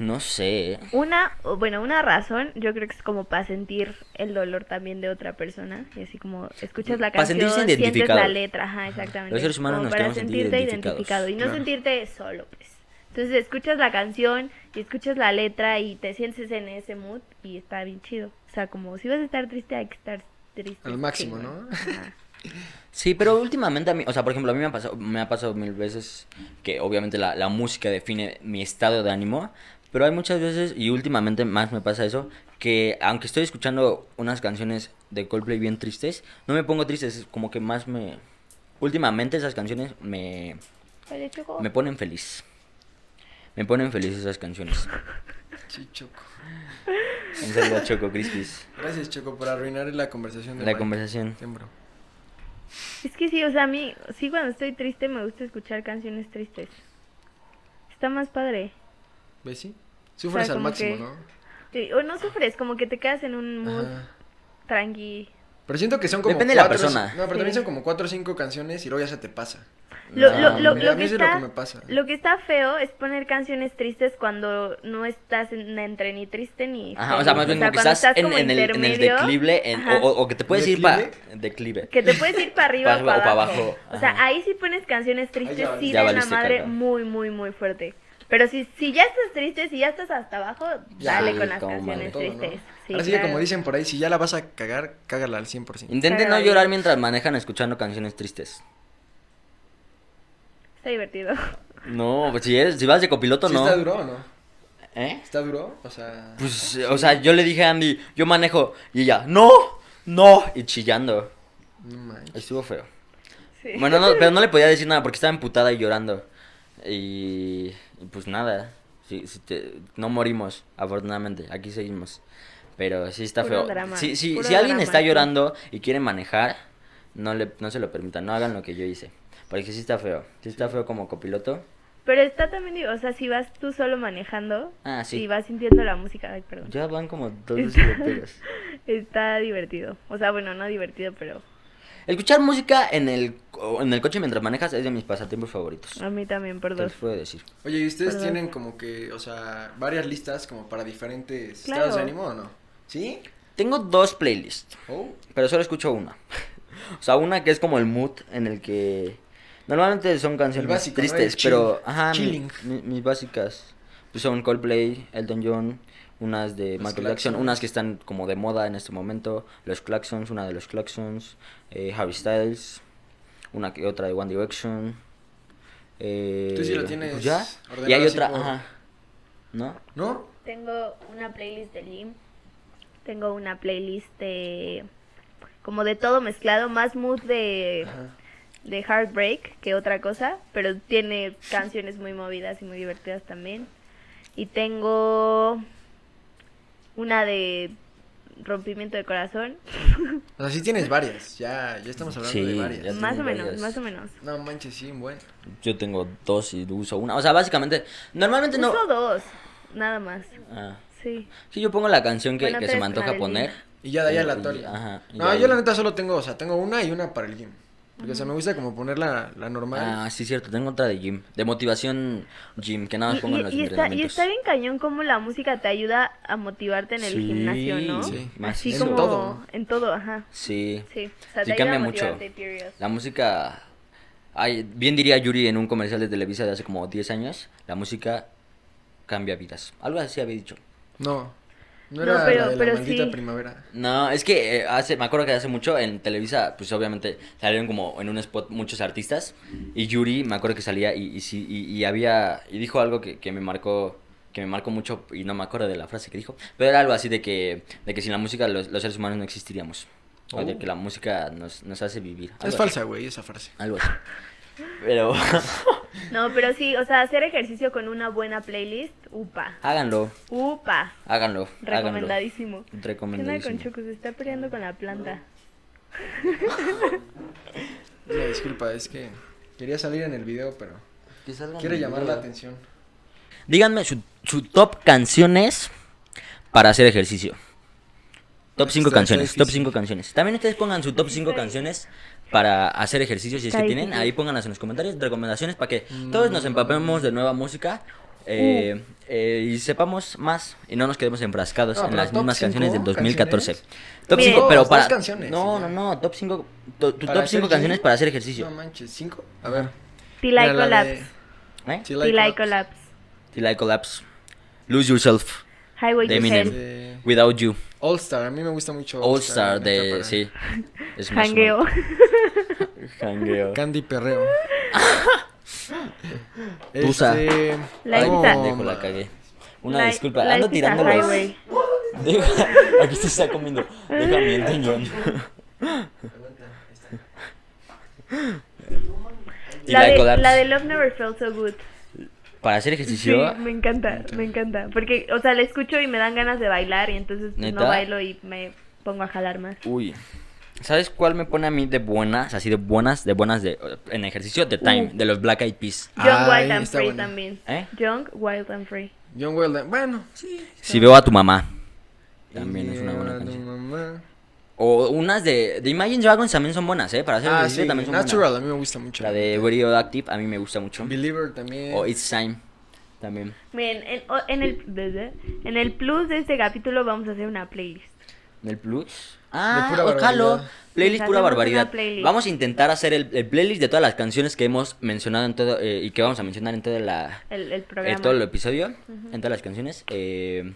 Speaker 1: No sé.
Speaker 2: Una, o bueno, una razón, yo creo que es como para sentir el dolor también de otra persona. Y así como escuchas la
Speaker 1: Para
Speaker 2: canción,
Speaker 1: sentirse
Speaker 2: sientes
Speaker 1: identificado.
Speaker 2: la letra, ajá, exactamente.
Speaker 1: Los seres humanos
Speaker 2: como
Speaker 1: nos
Speaker 2: para
Speaker 1: queremos sentir
Speaker 2: sentirte
Speaker 1: identificados.
Speaker 2: identificado y no
Speaker 3: Claro.
Speaker 2: sentirte solo, pues. Entonces escuchas la canción y escuchas la letra y te sientes en ese mood y está bien chido. O sea, como si vas a estar triste, hay que estar triste.
Speaker 3: Al máximo,
Speaker 2: chingón.
Speaker 3: ¿no? *laughs*
Speaker 2: Ajá.
Speaker 1: Sí, pero últimamente a mí, o sea, por ejemplo, a mí me ha pasado, me ha pasado mil veces que obviamente la, la música define mi estado de ánimo, pero hay muchas veces, y últimamente más me pasa eso, que aunque estoy escuchando unas canciones de Coldplay bien tristes, no me pongo triste, es como que más me... Últimamente esas canciones me,
Speaker 2: Oye, Choco,
Speaker 1: me ponen feliz. Me ponen feliz esas canciones.
Speaker 3: Sí, Choco.
Speaker 1: Un saludo a Choco Crispis.
Speaker 3: Gracias, Choco, por arruinar la conversación. de
Speaker 1: La
Speaker 3: Mike.
Speaker 1: conversación.
Speaker 3: Tembro.
Speaker 2: Es que sí, o sea, a mí, sí, cuando estoy triste me gusta escuchar canciones tristes. Está más padre.
Speaker 3: ¿Ves? Sí. Sufres
Speaker 2: sea,
Speaker 3: al
Speaker 2: como
Speaker 3: máximo,
Speaker 2: que-
Speaker 3: ¿no?
Speaker 2: Sí, o no sufres, como que te quedas en un mood
Speaker 3: Ajá.
Speaker 2: tranqui.
Speaker 3: Pero siento que son como
Speaker 1: Depende de la
Speaker 3: cuatro-
Speaker 1: persona.
Speaker 3: No, pero
Speaker 2: Sí.
Speaker 3: también son como cuatro o cinco canciones y luego ya se te pasa.
Speaker 2: Lo,
Speaker 1: No,
Speaker 2: lo, lo,
Speaker 1: hombre,
Speaker 2: lo
Speaker 3: Ah, a mí
Speaker 2: que
Speaker 3: eso es lo
Speaker 2: está,
Speaker 3: que me pasa.
Speaker 2: lo que está feo es poner canciones tristes cuando no estás en- entre ni triste ni.
Speaker 1: Ajá, o
Speaker 2: feliz.
Speaker 1: sea, más bien como que
Speaker 2: cuando
Speaker 1: estás en,
Speaker 2: como
Speaker 1: en el, en el
Speaker 2: intermedio,
Speaker 1: declive en-
Speaker 2: ajá.
Speaker 1: o, o- o que te puedes ir para... Declive.
Speaker 2: Que te puedes ir para arriba
Speaker 1: *laughs* Pa'
Speaker 2: o
Speaker 1: arriba
Speaker 2: para
Speaker 1: o pa'
Speaker 2: abajo.
Speaker 1: abajo,
Speaker 2: O sea,
Speaker 1: ajá.
Speaker 2: ahí sí pones canciones
Speaker 3: Ahí
Speaker 2: tristes,
Speaker 3: ya
Speaker 2: sí
Speaker 1: valiste. Ya
Speaker 2: de la
Speaker 1: valiste,
Speaker 2: madre
Speaker 1: cabrón.
Speaker 2: muy, muy, muy fuerte. Pero si, si ya estás triste, si ya estás hasta abajo,
Speaker 3: Ya,
Speaker 2: dale
Speaker 1: sí,
Speaker 2: con las
Speaker 1: como madre.
Speaker 2: canciones
Speaker 3: Todo, ¿no?
Speaker 2: tristes. Sí,
Speaker 3: Ahora sí que
Speaker 2: claro.
Speaker 3: como dicen por ahí, si ya la vas a cagar, cágala al 100%.
Speaker 1: Intenten no
Speaker 2: Cagadísimo.
Speaker 1: llorar mientras manejan escuchando canciones tristes.
Speaker 2: Está divertido. *laughs*
Speaker 1: No, pues si, eres- si vas de copiloto,
Speaker 3: ¿Sí
Speaker 1: no.
Speaker 3: está duro o no?
Speaker 1: ¿Eh?
Speaker 3: ¿Está duro? O sea...
Speaker 1: Pues, o sea, yo le dije a Andy, yo manejo, y ella, no, no, y chillando.
Speaker 3: No manches.
Speaker 1: Estuvo feo.
Speaker 2: Sí.
Speaker 1: Bueno, no, pero no le podía decir nada porque estaba emputada y llorando. Y, y pues nada, sí, sí te- no morimos, afortunadamente, aquí seguimos. Pero sí está
Speaker 2: Puro
Speaker 1: feo.
Speaker 2: drama,
Speaker 1: Sí, sí,
Speaker 2: puro
Speaker 1: si alguien
Speaker 2: drama,
Speaker 1: está
Speaker 2: sí.
Speaker 1: llorando y quiere manejar, no, le, no se lo permitan, no hagan lo que yo hice. Porque sí está feo, sí está feo como copiloto.
Speaker 2: Pero está también, div- o sea, si vas tú solo manejando
Speaker 1: Ah, sí.
Speaker 2: y vas sintiendo la música, ay, perdón.
Speaker 1: Ya van como dos
Speaker 2: *laughs*
Speaker 1: copilotos.
Speaker 2: Está divertido. O sea, bueno, no divertido, pero
Speaker 1: Escuchar música en el, co- en el coche mientras manejas es de mis pasatiempos favoritos.
Speaker 2: a mí también, por
Speaker 1: ¿Qué les
Speaker 2: dos.
Speaker 1: puedo decir?
Speaker 3: Oye, ¿y ustedes
Speaker 2: Perdón.
Speaker 3: tienen como que, o sea, varias listas como para diferentes
Speaker 2: Claro.
Speaker 3: estados de ánimo o no? ¿Sí?
Speaker 1: Tengo dos playlists,
Speaker 3: Oh,
Speaker 1: pero solo escucho una. o sea, una que es como el mood en el que... Normalmente son canciones
Speaker 3: El básico, ¿no? El
Speaker 1: tristes,
Speaker 3: chill-
Speaker 1: pero... Ajá, mi-
Speaker 3: chilling.
Speaker 1: mi- mis básicas. Pues son Coldplay, Elton John, unas de
Speaker 3: Los
Speaker 1: Michael Jackson,
Speaker 3: Claxons.
Speaker 1: unas que están como de moda en este momento. Los Claxons, una de los Claxons, eh, Harry Styles, una que otra de One Direction. eh,
Speaker 3: Tú sí lo
Speaker 1: pues
Speaker 3: tienes
Speaker 1: ya. Y hay
Speaker 3: ordenado así
Speaker 1: otra,
Speaker 3: por-
Speaker 1: ajá. ¿No?
Speaker 3: ¿no?
Speaker 2: Tengo una playlist de Lim. Tengo una playlist de. Como de todo mezclado, más mood de,
Speaker 3: Ajá.
Speaker 2: de Heartbreak que otra cosa, pero tiene canciones muy movidas y muy divertidas también. Y tengo una de rompimiento de corazón,
Speaker 3: O sea, sí tienes varias, ya, ya estamos hablando de
Speaker 1: Sí,
Speaker 3: varias.
Speaker 1: ya.
Speaker 2: *laughs* más o
Speaker 1: tiene
Speaker 2: menos,
Speaker 1: varias.
Speaker 2: más o menos.
Speaker 3: No manches, sí, bueno.
Speaker 1: Yo tengo dos y uso una. O sea, básicamente, normalmente no.
Speaker 2: Uso dos, nada más.
Speaker 1: Ah,
Speaker 2: Sí.
Speaker 1: sí, yo pongo la canción que,
Speaker 2: Bueno,
Speaker 1: que
Speaker 2: tres
Speaker 1: se me
Speaker 2: con
Speaker 1: antoja
Speaker 2: Adeline.
Speaker 1: poner.
Speaker 3: Y ya de ahí
Speaker 1: Y-
Speaker 3: aleatoria.
Speaker 1: Eh, y- ajá, y
Speaker 3: No,
Speaker 1: de ahí-
Speaker 3: yo la neta solo tengo, o sea, tengo una y una para el gym. Porque, o sea, me gusta como poner la, la normal.
Speaker 1: Ah, sí, cierto. Tengo otra de gym. De motivación gym, que nada
Speaker 2: Y,
Speaker 1: más pongo en
Speaker 2: y-
Speaker 1: los
Speaker 2: y está, y
Speaker 1: entrenamientos.
Speaker 2: está bien cañón cómo la música te ayuda a motivarte en el
Speaker 1: Sí,
Speaker 2: gimnasio, ¿no?
Speaker 1: sí, más
Speaker 2: Así
Speaker 1: en
Speaker 2: como
Speaker 3: todo.
Speaker 2: en todo, ajá.
Speaker 1: Sí.
Speaker 2: Sí, o sea,
Speaker 1: Sí,
Speaker 2: te ayuda
Speaker 1: cambia
Speaker 2: a
Speaker 1: mucho.
Speaker 2: motivarte, period.
Speaker 1: La música. Ay, bien diría Yuri en un comercial de Televisa de hace como 10 años. La música cambia vidas. Algo así había dicho.
Speaker 3: No, no
Speaker 2: No,
Speaker 3: era
Speaker 2: pero-
Speaker 3: la de la
Speaker 2: pero
Speaker 3: maldita
Speaker 2: sí.
Speaker 3: primavera.
Speaker 1: No, es que eh, hace, me acuerdo que hace mucho en Televisa, pues obviamente salieron como en un spot muchos artistas. Y Yuri, me acuerdo que salía y, y, sí- y- y había, y dijo algo que, que me marcó, que me marcó mucho y no me acuerdo de la frase que dijo. Pero era algo así de que, de que sin la música los, los seres humanos no existiríamos. O de
Speaker 3: Oh.
Speaker 1: que la música nos, nos hace vivir. algo
Speaker 3: Es
Speaker 1: así,
Speaker 3: falsa, güey, esa frase.
Speaker 1: Algo así. Pero *laughs*
Speaker 2: No, pero sí, o sea, hacer ejercicio con una buena playlist, upa.
Speaker 1: háganlo,
Speaker 2: Upa.
Speaker 1: háganlo, háganlo.
Speaker 2: Recomendadísimo. ¿Qué onda con
Speaker 1: Recomendadísimo.
Speaker 2: Choco? Se está peleando con la planta.
Speaker 3: Una disculpa, es que quería salir en el video, pero
Speaker 1: Que salgan
Speaker 3: quiere
Speaker 1: del
Speaker 3: llamar la
Speaker 1: video.
Speaker 3: atención.
Speaker 1: Díganme su, su top canciones para hacer ejercicio. Top 5
Speaker 3: Está- está
Speaker 1: canciones, top
Speaker 3: difícil.
Speaker 1: 5 canciones. También ustedes pongan su top 5 canciones para hacer ejercicio si es
Speaker 2: Está
Speaker 1: que tienen.
Speaker 2: difícil.
Speaker 1: Ahí pónganlas en los comentarios, recomendaciones para que todos
Speaker 3: Mm.
Speaker 1: nos empapemos de nueva música eh, eh, y sepamos más y no nos quedemos enfrascados
Speaker 3: No,
Speaker 1: en
Speaker 3: pero
Speaker 1: las
Speaker 3: top
Speaker 1: mismas canciones del
Speaker 3: cinco
Speaker 1: 2014.
Speaker 3: canciones.
Speaker 1: Top
Speaker 2: Miren.
Speaker 1: 5, pero
Speaker 3: Dos,
Speaker 1: para...
Speaker 3: dos canciones,
Speaker 1: no,
Speaker 3: y ya.
Speaker 1: no, no, top 5 tu, tu
Speaker 3: ¿Para
Speaker 1: top
Speaker 3: hacer
Speaker 1: 5 canciones
Speaker 3: gym?
Speaker 1: para hacer ejercicio.
Speaker 3: No manches, ¿cinco? A ver.
Speaker 2: Till I
Speaker 3: Mira, la
Speaker 2: Collapse.
Speaker 1: ¿Eh?
Speaker 3: Till
Speaker 2: Till
Speaker 3: I
Speaker 2: I
Speaker 3: Collapse.
Speaker 2: Collapse.
Speaker 1: Till I Collapse, Lose Yourself,
Speaker 2: Highway
Speaker 1: De
Speaker 2: to
Speaker 1: Eminem.
Speaker 2: Hell.
Speaker 3: Eh,
Speaker 1: Without You.
Speaker 3: All Star, a mí me gusta mucho.
Speaker 1: All Star
Speaker 3: la neta,
Speaker 1: de,
Speaker 3: para-
Speaker 1: sí. Es más
Speaker 2: Hangueo.
Speaker 1: un- Hangueo.
Speaker 3: Candy Perreo.
Speaker 1: *laughs* Tusa.
Speaker 3: Este,
Speaker 2: La
Speaker 1: Ay,
Speaker 3: no,
Speaker 2: Isa.
Speaker 1: pendejo, la
Speaker 3: ma-
Speaker 1: cagué.
Speaker 2: *laughs*
Speaker 1: Una
Speaker 2: Life-
Speaker 1: disculpa,
Speaker 2: Life
Speaker 1: ando
Speaker 2: is a
Speaker 1: tirando
Speaker 2: highway.
Speaker 1: *laughs* Deja- aquí se está comiendo. Déjame el teñón.
Speaker 2: *laughs*
Speaker 1: Y
Speaker 2: La
Speaker 1: la
Speaker 2: de,
Speaker 1: collapse.
Speaker 2: la de Love Never Felt So Good.
Speaker 1: Para hacer
Speaker 2: Sí,
Speaker 1: ejercicio,
Speaker 2: me encanta, me encanta. Porque, o sea, la escucho y me dan ganas de bailar y entonces pues,
Speaker 1: ¿Neta?
Speaker 2: no bailo y me pongo a jalar más.
Speaker 1: uy. ¿Sabes cuál me pone a mí de buenas? Así de buenas, de buenas de, en ejercicio
Speaker 2: Uh.
Speaker 1: de Time, de los Black Eyed Peas.
Speaker 2: Young
Speaker 3: Ay,
Speaker 2: Wild and
Speaker 3: está
Speaker 2: Free
Speaker 3: buena.
Speaker 2: también.
Speaker 1: ¿Eh?
Speaker 2: Young Wild and Free.
Speaker 3: John Weldon, bueno, sí. Ah,
Speaker 1: Si veo a tu mamá. También es una buena
Speaker 3: Lleva tu
Speaker 1: canción.
Speaker 3: mamá.
Speaker 1: O unas de, de Imagine Dragons también son buenas, ¿eh? Para hacer
Speaker 3: Ah,
Speaker 1: ejercicio
Speaker 3: sí,
Speaker 1: también son
Speaker 3: Natural,
Speaker 1: buenas.
Speaker 3: a mí me gusta mucho.
Speaker 1: La de Oh, Radioactive a mí me gusta mucho.
Speaker 3: Believer también.
Speaker 1: O It's Time también.
Speaker 2: Miren, en, o- en el, en el plus de este capítulo vamos a hacer una playlist.
Speaker 1: ¿Del plus? Ah,
Speaker 3: pura
Speaker 1: búscalo.
Speaker 3: barbaridad.
Speaker 1: Playlist
Speaker 2: Hacemos
Speaker 1: pura
Speaker 2: una
Speaker 1: barbaridad.
Speaker 2: playlist.
Speaker 1: Vamos a intentar hacer el, el playlist de todas las canciones que hemos mencionado en todo eh, y que vamos a mencionar en toda la,
Speaker 2: El, el
Speaker 1: eh,
Speaker 2: programa.
Speaker 1: todo el episodio, en todas las canciones. Eh,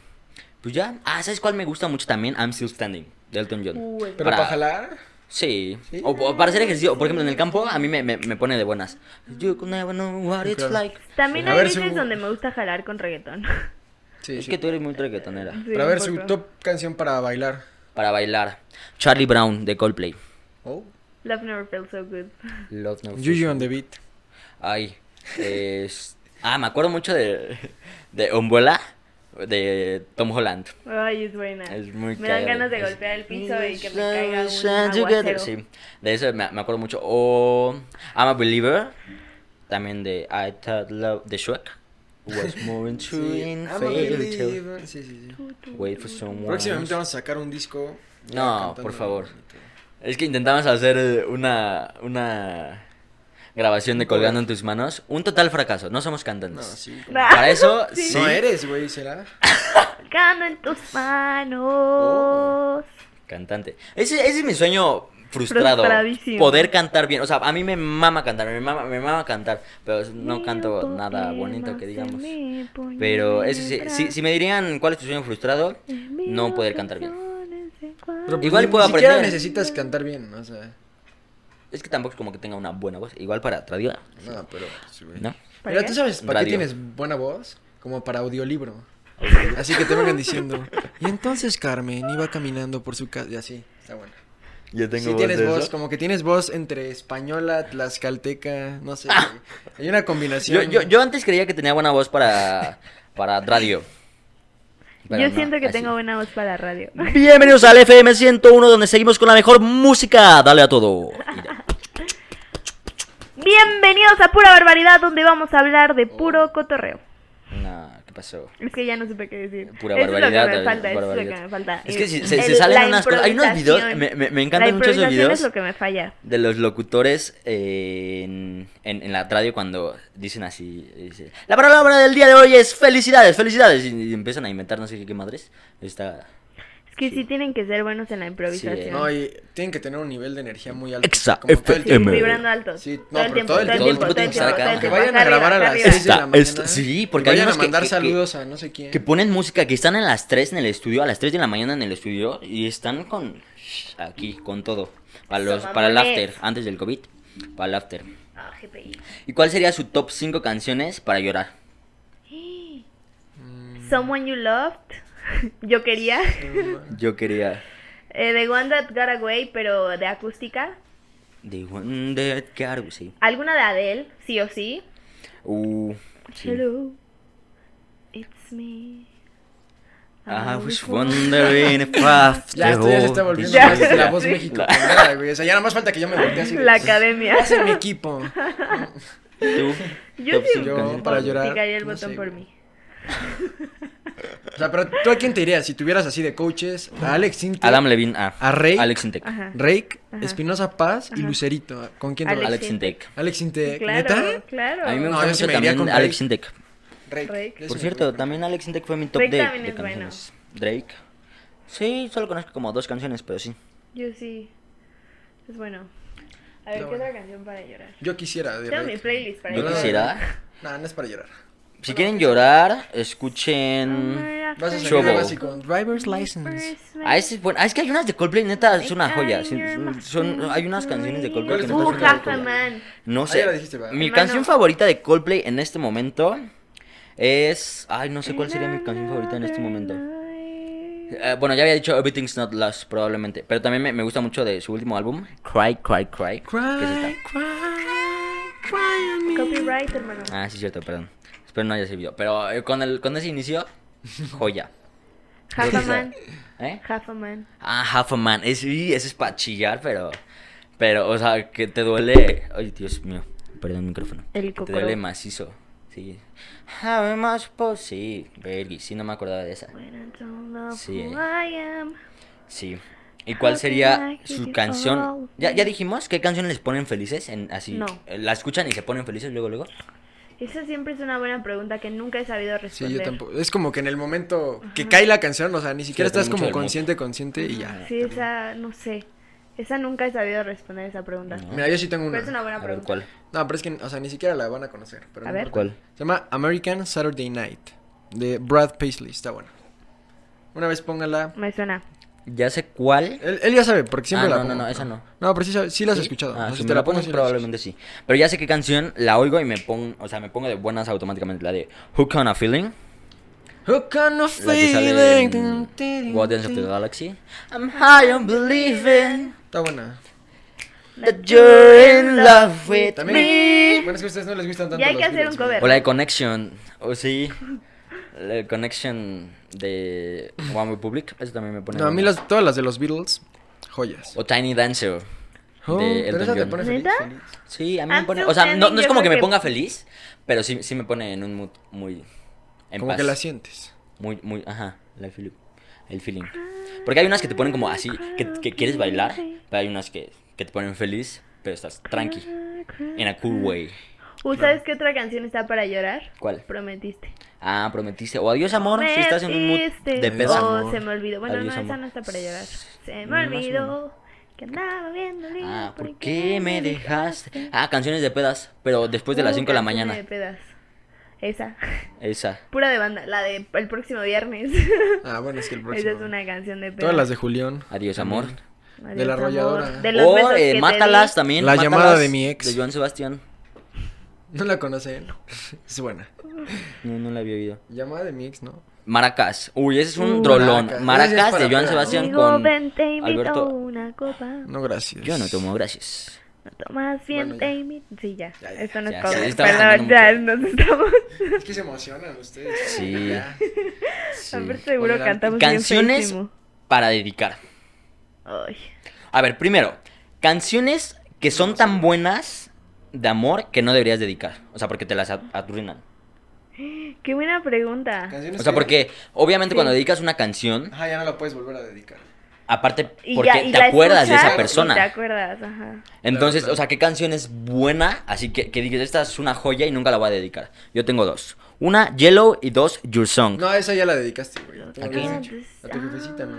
Speaker 1: pues ya. Ah, ¿sabes cuál me gusta mucho también? I'm Still Standing, de Elton John.
Speaker 2: Uh, el-
Speaker 3: Pero
Speaker 1: Para-
Speaker 3: para jalar.
Speaker 1: Sí. O, o para hacer ejercicio. Por ejemplo, en el campo a mí me, me, me pone de buenas. You could never know what it's
Speaker 3: Claro.
Speaker 1: like.
Speaker 2: También
Speaker 3: A
Speaker 2: hay
Speaker 3: ver si
Speaker 2: veces
Speaker 3: hubo-
Speaker 2: donde me gusta jalar con reggaetón. *laughs*
Speaker 3: Sí,
Speaker 1: Es
Speaker 3: sí.
Speaker 1: que tú eres muy reggaetonera.
Speaker 2: Sí,
Speaker 3: Para ver
Speaker 2: un
Speaker 3: su
Speaker 2: poco.
Speaker 3: top canción para bailar.
Speaker 1: Para bailar. Charlie Brown, de Coldplay.
Speaker 3: Oh.
Speaker 2: Love Never Felt So Good.
Speaker 1: Love No
Speaker 3: Juju on the beat.
Speaker 1: Ay, es... Ah, me acuerdo mucho de... De Umbuela, de Tom Holland.
Speaker 2: Ay, es buena.
Speaker 1: Es muy
Speaker 2: *laughs* me dan
Speaker 1: cagado.
Speaker 2: ganas de
Speaker 1: Es-
Speaker 2: golpear el piso y que me caiga un aguacero.
Speaker 1: Together, Sí, de eso me, me acuerdo mucho. O I'm a Believer, también de I Thought Love, de Shrek. Was more into in
Speaker 3: I'm a
Speaker 1: fairy tale.
Speaker 3: believer. Sí, sí, sí.
Speaker 1: Wait for someone.
Speaker 3: Próximamente vamos a sacar un disco. ya
Speaker 1: No,
Speaker 3: cantando.
Speaker 1: por favor. Es que intentamos hacer eh, una, una grabación de Colgando en tus manos. Un total fracaso, no somos
Speaker 3: No,
Speaker 1: cantantes.
Speaker 2: *laughs*
Speaker 3: sí. como-
Speaker 2: Nah.
Speaker 1: Para eso, sí.
Speaker 2: Sí.
Speaker 3: No eres, güey, será.
Speaker 2: Cano en
Speaker 1: Oh.
Speaker 2: tus manos.
Speaker 1: Cantante. Ese, ese es mi sueño frustrado.
Speaker 2: Frustradísimo.
Speaker 1: Poder cantar bien. O sea, a mí me mama cantar, me mama, me mama cantar. Pero no
Speaker 2: Mil
Speaker 1: canto nada bonito
Speaker 2: poemas
Speaker 1: que
Speaker 2: en
Speaker 1: digamos.
Speaker 2: mi puñal
Speaker 1: Pero eso sí, si, si me dirían cuál es tu sueño frustrado,
Speaker 2: Mil
Speaker 1: no poder cantar bien.
Speaker 2: canciones de
Speaker 3: Pero
Speaker 2: cuando-
Speaker 3: pues
Speaker 1: Igual
Speaker 3: ni
Speaker 1: puedo
Speaker 3: siquiera
Speaker 1: aprender.
Speaker 3: necesitas cantar bien, o sea.
Speaker 1: Es que tampoco es como que tenga una buena voz. Igual para tradida,
Speaker 3: No, pero. sí, güey.
Speaker 1: ¿no?
Speaker 2: ¿Para
Speaker 3: Mira,
Speaker 2: qué?
Speaker 3: ¿tú sabes para
Speaker 1: Radio.
Speaker 3: qué tienes buena voz? Como para audiolibro. Así que te
Speaker 1: *laughs*
Speaker 3: vengan diciendo. Y entonces Carmen iba caminando por su casa. Y así, está bueno.
Speaker 1: Yo
Speaker 3: Sí tienes voz, como que tienes voz entre española, tlaxcalteca, no
Speaker 1: *laughs*
Speaker 3: sé. güey. Hay una
Speaker 1: Yo,
Speaker 3: combinación.
Speaker 1: yo, yo antes creía que tenía buena voz para, para radio. Pero
Speaker 2: Yo
Speaker 1: no,
Speaker 2: siento que
Speaker 1: así.
Speaker 2: tengo buena voz para radio.
Speaker 1: Bienvenidos al FM 101, donde seguimos con la mejor música. Dale a todo. Y
Speaker 2: *laughs*
Speaker 1: ya.
Speaker 2: Bienvenidos a Pura Barbaridad, donde vamos a hablar
Speaker 1: Oh.
Speaker 2: de puro cotorreo.
Speaker 1: No, ¿qué pasó?
Speaker 2: Es que ya no supe qué decir.
Speaker 1: Pura
Speaker 2: Eso
Speaker 1: barbaridad.
Speaker 2: Es lo que me
Speaker 1: eh,
Speaker 2: falta, eso es lo
Speaker 1: barbaridad.
Speaker 2: que me falta.
Speaker 1: Es que si-
Speaker 2: El-
Speaker 1: se, se
Speaker 2: la
Speaker 1: salen unas cosas. Hay unos videos,
Speaker 2: improvisación.
Speaker 1: me, me- me
Speaker 2: La
Speaker 1: encantan mucho esos
Speaker 2: improvisación
Speaker 1: videos
Speaker 2: es lo que me falla.
Speaker 1: de los locutores eh, en, en, en la radio cuando dicen así: dice, La palabra del día de hoy es felicidades, felicidades. Y, y empiezan a inventar no sé qué madres. Está.
Speaker 2: Es que sí. tienen que ser buenos en la improvisación.
Speaker 1: Sí, eh.
Speaker 3: No, y tienen que tener un nivel de energía muy alto.
Speaker 1: Exa
Speaker 3: como todo el
Speaker 2: Sí,
Speaker 1: FM.
Speaker 3: tiempo.
Speaker 2: vibrando alto.
Speaker 3: Sí, no,
Speaker 2: todo el
Speaker 3: pero
Speaker 2: tiempo,
Speaker 3: todo el
Speaker 1: tiempo, todo el tiempo
Speaker 2: todo el
Speaker 1: tiempo,
Speaker 2: tiempo.
Speaker 1: que
Speaker 3: vayan a
Speaker 2: Arriba,
Speaker 3: grabar a las
Speaker 2: arriba.
Speaker 3: seis de la
Speaker 1: Esta- esta-
Speaker 3: mañana,
Speaker 1: sí,
Speaker 3: y
Speaker 1: porque hay
Speaker 3: vayan
Speaker 1: unos
Speaker 3: a
Speaker 1: que-
Speaker 3: mandar
Speaker 1: que- que-
Speaker 3: saludos a no sé quién.
Speaker 1: Que ponen música, que están a las 3 en el estudio, a las 3 de la mañana en el estudio y están con. aquí, con todo. Para, los, para el
Speaker 2: mamones.
Speaker 1: after, antes del COVID. Para el after.
Speaker 2: Ah, GPI.
Speaker 1: ¿Y cuál sería su top 5 canciones para llorar?
Speaker 2: *gasps* Someone You Loved. *laughs* Yo quería.
Speaker 1: *laughs* Yo quería.
Speaker 2: Eh, the One That Got Away, pero de acústica.
Speaker 1: The One That Got Away, sí.
Speaker 2: Alguna de Adele, sí o sí.
Speaker 1: Uh, sí.
Speaker 2: Hello, it's me.
Speaker 1: I was
Speaker 3: *laughs*
Speaker 1: wondering if after
Speaker 3: Ya, esto ya se está
Speaker 1: all this-
Speaker 3: volviendo
Speaker 2: Ya,
Speaker 3: más de
Speaker 1: *laughs*
Speaker 3: la voz
Speaker 2: sí.
Speaker 3: mexicana, güey. O sea, ya nada más falta que yo me voltee así.
Speaker 2: *laughs*
Speaker 3: de,
Speaker 2: La academia.
Speaker 3: "Vas en mi equipo.
Speaker 1: ¿Tú?
Speaker 2: Yo
Speaker 1: Top
Speaker 2: sí
Speaker 1: cinco
Speaker 3: Yo,
Speaker 1: canciones.
Speaker 3: para
Speaker 2: *laughs*
Speaker 3: llorar,
Speaker 2: picaría el
Speaker 3: no
Speaker 2: botón
Speaker 3: sé,
Speaker 2: por
Speaker 3: güey.
Speaker 2: mí.
Speaker 3: O sea, pero ¿tú a quién te irías si tuvieras así de coaches? A Alex Sintek,
Speaker 1: Adam Levine, ah.
Speaker 3: A Rey.
Speaker 1: Alex Sintek.
Speaker 2: Ajá.
Speaker 3: Rake,
Speaker 2: Ajá.
Speaker 3: Espinosa Paz y
Speaker 2: Ajá.
Speaker 3: Lucerito. ¿Con quién te
Speaker 2: Alex
Speaker 3: vas?
Speaker 1: Alex Sintek.
Speaker 3: Alex Sintek.
Speaker 2: Claro,
Speaker 3: ¿Neta?
Speaker 2: claro.
Speaker 1: A mí me
Speaker 3: No,
Speaker 1: gusta
Speaker 3: yo sí
Speaker 1: mucho
Speaker 3: me iría
Speaker 1: también
Speaker 3: con Rey.
Speaker 1: Alex Sintek.
Speaker 3: Rake.
Speaker 2: Rake.
Speaker 3: Ese
Speaker 1: Por
Speaker 3: me
Speaker 1: cierto,
Speaker 3: gusta.
Speaker 1: también Alex Intec fue mi top
Speaker 2: Drake
Speaker 1: de,
Speaker 2: también
Speaker 1: de
Speaker 2: es bueno.
Speaker 1: canciones. Drake. Sí, solo conozco como dos canciones, pero sí.
Speaker 2: Yo sí. Es bueno. A ver,
Speaker 3: Está
Speaker 2: ¿qué
Speaker 3: bueno.
Speaker 2: otra canción para llorar?
Speaker 3: Yo quisiera de
Speaker 2: Tengo mi
Speaker 3: Rake.
Speaker 2: playlist para
Speaker 1: Yo
Speaker 3: no,
Speaker 2: llorar.
Speaker 3: no.
Speaker 1: quisiera.
Speaker 3: No, no es para llorar.
Speaker 1: Si quieren llorar, escuchen.
Speaker 2: Summer
Speaker 3: Vas a
Speaker 2: after
Speaker 3: salir
Speaker 1: Trouble.
Speaker 2: you.
Speaker 3: básico. Driver's License.
Speaker 2: Christmas.
Speaker 1: Ah, ese es bueno. Ah, es que hay unas de Coldplay, neta, es una joya. Sí, son- son- hay unas canciones de Coldplay que
Speaker 3: es
Speaker 1: neta
Speaker 3: tu
Speaker 1: son
Speaker 2: Uh,
Speaker 1: una
Speaker 3: canción
Speaker 2: Half a
Speaker 1: joya.
Speaker 2: Man.
Speaker 1: No
Speaker 3: Ah,
Speaker 1: sé.
Speaker 3: ya la dijiste, ¿verdad?
Speaker 1: Mi
Speaker 2: Hermano.
Speaker 1: canción favorita de Coldplay en este momento es. Ay, no sé cuál sería mi canción favorita en este momento. Eh, bueno, ya había dicho Everything's Not Lost, probablemente. Pero también me, me gusta mucho de su último álbum, Cry, Cry, Cry. que es esta.
Speaker 3: Cry, cry, cry on me.
Speaker 2: Copyright, hermano.
Speaker 1: Ah, sí, cierto, perdón. Espero no haya servido. Pero eh, con, el, con ese inicio, *laughs* joya.
Speaker 2: Half a man.
Speaker 1: ¿Eh?
Speaker 2: Half a man.
Speaker 1: Ah, Half a Man. Es, y eso es para chillar, pero. Pero, o sea, que te duele. Ay, Dios mío. Perdón el micrófono.
Speaker 2: El
Speaker 1: Que te
Speaker 2: cocoro.
Speaker 1: duele macizo. Sí. Have much po- Sí, vergui. Sí, no me acordaba de esa.
Speaker 2: When I don't love
Speaker 1: Sí. eh.
Speaker 2: who I am.
Speaker 1: Sí. ¿Y cuál sería su canción? ¿Ya, ya
Speaker 2: dije.
Speaker 1: dijimos qué canción les ponen felices? En, así,
Speaker 2: No.
Speaker 1: eh, ¿La escuchan y se ponen felices luego, luego?
Speaker 2: Esa siempre es una buena pregunta que nunca he sabido
Speaker 3: Sí,
Speaker 2: responder.
Speaker 3: yo tampoco. Es como que en el momento que cae la canción, o sea, ni siquiera
Speaker 1: depende
Speaker 3: estás
Speaker 1: mucho
Speaker 3: como
Speaker 1: del mood.
Speaker 3: consciente, consciente y ya.
Speaker 2: Sí, esa, no sé. Esa nunca he sabido responder esa pregunta.
Speaker 1: No.
Speaker 3: Mira, yo sí tengo una.
Speaker 2: Pero es una buena
Speaker 1: A ver,
Speaker 2: pregunta.
Speaker 1: ¿cuál?
Speaker 3: No, pero es que, o sea, ni siquiera la van a conocer. Pero
Speaker 2: A
Speaker 3: no
Speaker 2: ver.
Speaker 3: importa.
Speaker 1: ¿Cuál?
Speaker 3: Se llama American Saturday Night de Brad Paisley. Está buena. Una vez póngala.
Speaker 2: Me suena.
Speaker 1: Ya sé cuál.
Speaker 3: Él, él ya sabe, porque siempre
Speaker 1: Ah,
Speaker 3: la
Speaker 1: no, no,
Speaker 3: pongo.
Speaker 1: no, esa no.
Speaker 3: No, pero sí, sabe- sí la has
Speaker 1: ¿Sí?
Speaker 3: escuchado.
Speaker 1: Ah,
Speaker 3: O sea,
Speaker 1: si
Speaker 3: si
Speaker 1: me
Speaker 3: te
Speaker 1: la
Speaker 3: la pongo,
Speaker 1: pones
Speaker 3: sí la
Speaker 1: probablemente sí. Pero ya sé qué canción la oigo y me pongo, o sea, me pongo de buenas automáticamente. La de Hook on a Feeling.
Speaker 3: escuchas. Who kind of
Speaker 1: La que sale en
Speaker 3: feeling?
Speaker 1: Guardians of the Galaxy. I'm high on believing
Speaker 3: Está buena.
Speaker 1: that you're in love with
Speaker 3: También.
Speaker 1: me.
Speaker 3: Bueno, es que a ustedes no les gustan tanto.
Speaker 2: Ya hay
Speaker 3: los
Speaker 2: que hacer un
Speaker 3: Beatles, ¿no?
Speaker 2: cover.
Speaker 1: O la de Connection. O sí. La de Connection de One Republic. Eso también me pone.
Speaker 3: No, a mí
Speaker 1: buena.
Speaker 3: las, todas las de los Beatles, joyas.
Speaker 1: O Tiny Dancer.
Speaker 3: Oh,
Speaker 1: de
Speaker 3: pero
Speaker 1: Elton
Speaker 3: esa te
Speaker 1: John.
Speaker 3: pone feliz,
Speaker 2: ¿Neta?
Speaker 3: feliz.
Speaker 1: Ah, Sí, a mí me
Speaker 2: I'm
Speaker 1: pone.
Speaker 2: so
Speaker 1: O sea, no,
Speaker 2: standing,
Speaker 1: no es
Speaker 2: yo
Speaker 1: como que
Speaker 2: creo
Speaker 1: me
Speaker 2: que-
Speaker 1: ponga feliz, pero sí, sí me pone en un mood muy. En
Speaker 3: Como
Speaker 1: paz.
Speaker 3: que la sientes.
Speaker 1: Muy, muy. Ajá, la feel- el feeling. Porque hay unas que te ponen como así, que, que quieres bailar, pero hay unas que, que te ponen feliz, pero estás tranqui. En a
Speaker 3: Mm.
Speaker 1: cool way.
Speaker 2: Uh, ¿Sabes qué otra canción está para llorar?
Speaker 1: ¿Cuál?
Speaker 2: Prometiste.
Speaker 1: Ah, prometiste. O adiós, amor, si estás en un mood de
Speaker 2: Prometiste.
Speaker 1: pedo.
Speaker 2: Oh,
Speaker 3: amor.
Speaker 2: se me olvidó. Bueno,
Speaker 1: Adiós,
Speaker 2: no, esa
Speaker 1: amor.
Speaker 2: no está para llorar. Se
Speaker 1: Más
Speaker 2: me
Speaker 1: o
Speaker 2: olvidó que andaba viendo el libro,
Speaker 1: Ah, ¿por qué me dejaste? Ah, canciones de pedas, pero después de las
Speaker 2: Uh,
Speaker 1: 5 de la
Speaker 2: canciones
Speaker 1: mañana.
Speaker 2: de pedas. Esa. *laughs*
Speaker 1: Esa.
Speaker 2: Pura de banda. La de el próximo viernes. *laughs*
Speaker 3: Ah, bueno, es que el próximo.
Speaker 2: Esa es una canción de pedas.
Speaker 3: Todas las de Julián.
Speaker 1: Adiós, amor.
Speaker 2: Adiós,
Speaker 3: de la
Speaker 2: amor.
Speaker 3: arrolladora.
Speaker 2: De los besos
Speaker 1: o eh,
Speaker 2: que te
Speaker 1: Mátalas
Speaker 2: di.
Speaker 1: también.
Speaker 3: La
Speaker 1: Mátalas,
Speaker 3: llamada de mi ex.
Speaker 1: De Joan Sebastián.
Speaker 3: No la conocen. *laughs* Es buena.
Speaker 1: No, no la había oído.
Speaker 3: Llamada de mi ex, ¿no?
Speaker 1: Maracas. Uy, ese es un
Speaker 2: Uh.
Speaker 1: drolón.
Speaker 3: Maracas.
Speaker 1: Maracas,
Speaker 3: Ese es para
Speaker 1: de Joan
Speaker 3: pedas.
Speaker 1: Sebastián
Speaker 2: Amigo,
Speaker 1: con
Speaker 2: ven, te invito
Speaker 1: Alberto.
Speaker 2: una copa.
Speaker 3: No, gracias.
Speaker 1: Yo no tomo, gracias.
Speaker 2: No tomas bien,
Speaker 3: Bueno, ya.
Speaker 2: te invito. Sí, ya.
Speaker 3: Ya, ya,
Speaker 2: Esto no
Speaker 1: ya,
Speaker 2: es
Speaker 1: sí,
Speaker 2: cover.
Speaker 1: estamos
Speaker 2: Perdón,
Speaker 1: cambiando
Speaker 2: ya
Speaker 1: mucho.
Speaker 2: nos estamos.
Speaker 3: Es que se emocionan ustedes.
Speaker 1: Sí.
Speaker 3: *laughs* Ya.
Speaker 1: Sí.
Speaker 2: Aparte, seguro
Speaker 3: Oigan,
Speaker 2: cantamos bien
Speaker 1: Canciones
Speaker 2: feísimo.
Speaker 1: para dedicar.
Speaker 2: Ay.
Speaker 1: A ver, primero, canciones que son tan buenas de amor que no deberías dedicar. O sea, porque te las a- arruinan.
Speaker 2: Qué buena pregunta.
Speaker 3: Canciones
Speaker 1: O sea,
Speaker 3: que-
Speaker 1: porque obviamente
Speaker 2: Sí.
Speaker 1: cuando dedicas una canción,
Speaker 3: Ajá, ya no la puedes volver a dedicar.
Speaker 1: aparte
Speaker 2: Y
Speaker 1: porque
Speaker 2: ya- y
Speaker 1: te
Speaker 2: la
Speaker 1: acuerdas de
Speaker 2: escuchas
Speaker 1: esa
Speaker 2: y
Speaker 1: persona.
Speaker 2: Te acuerdas, ajá.
Speaker 1: Entonces,
Speaker 3: Claro, claro.
Speaker 1: o sea, ¿qué canción es buena? Así que, que digas, esta es una joya y nunca la voy a dedicar. Yo tengo dos. Una, Yellow, y dos, Your Song.
Speaker 3: No, esa ya la dedicaste, güey. ¿A
Speaker 1: ¿A quién?
Speaker 3: A tu jefecita, ¿no?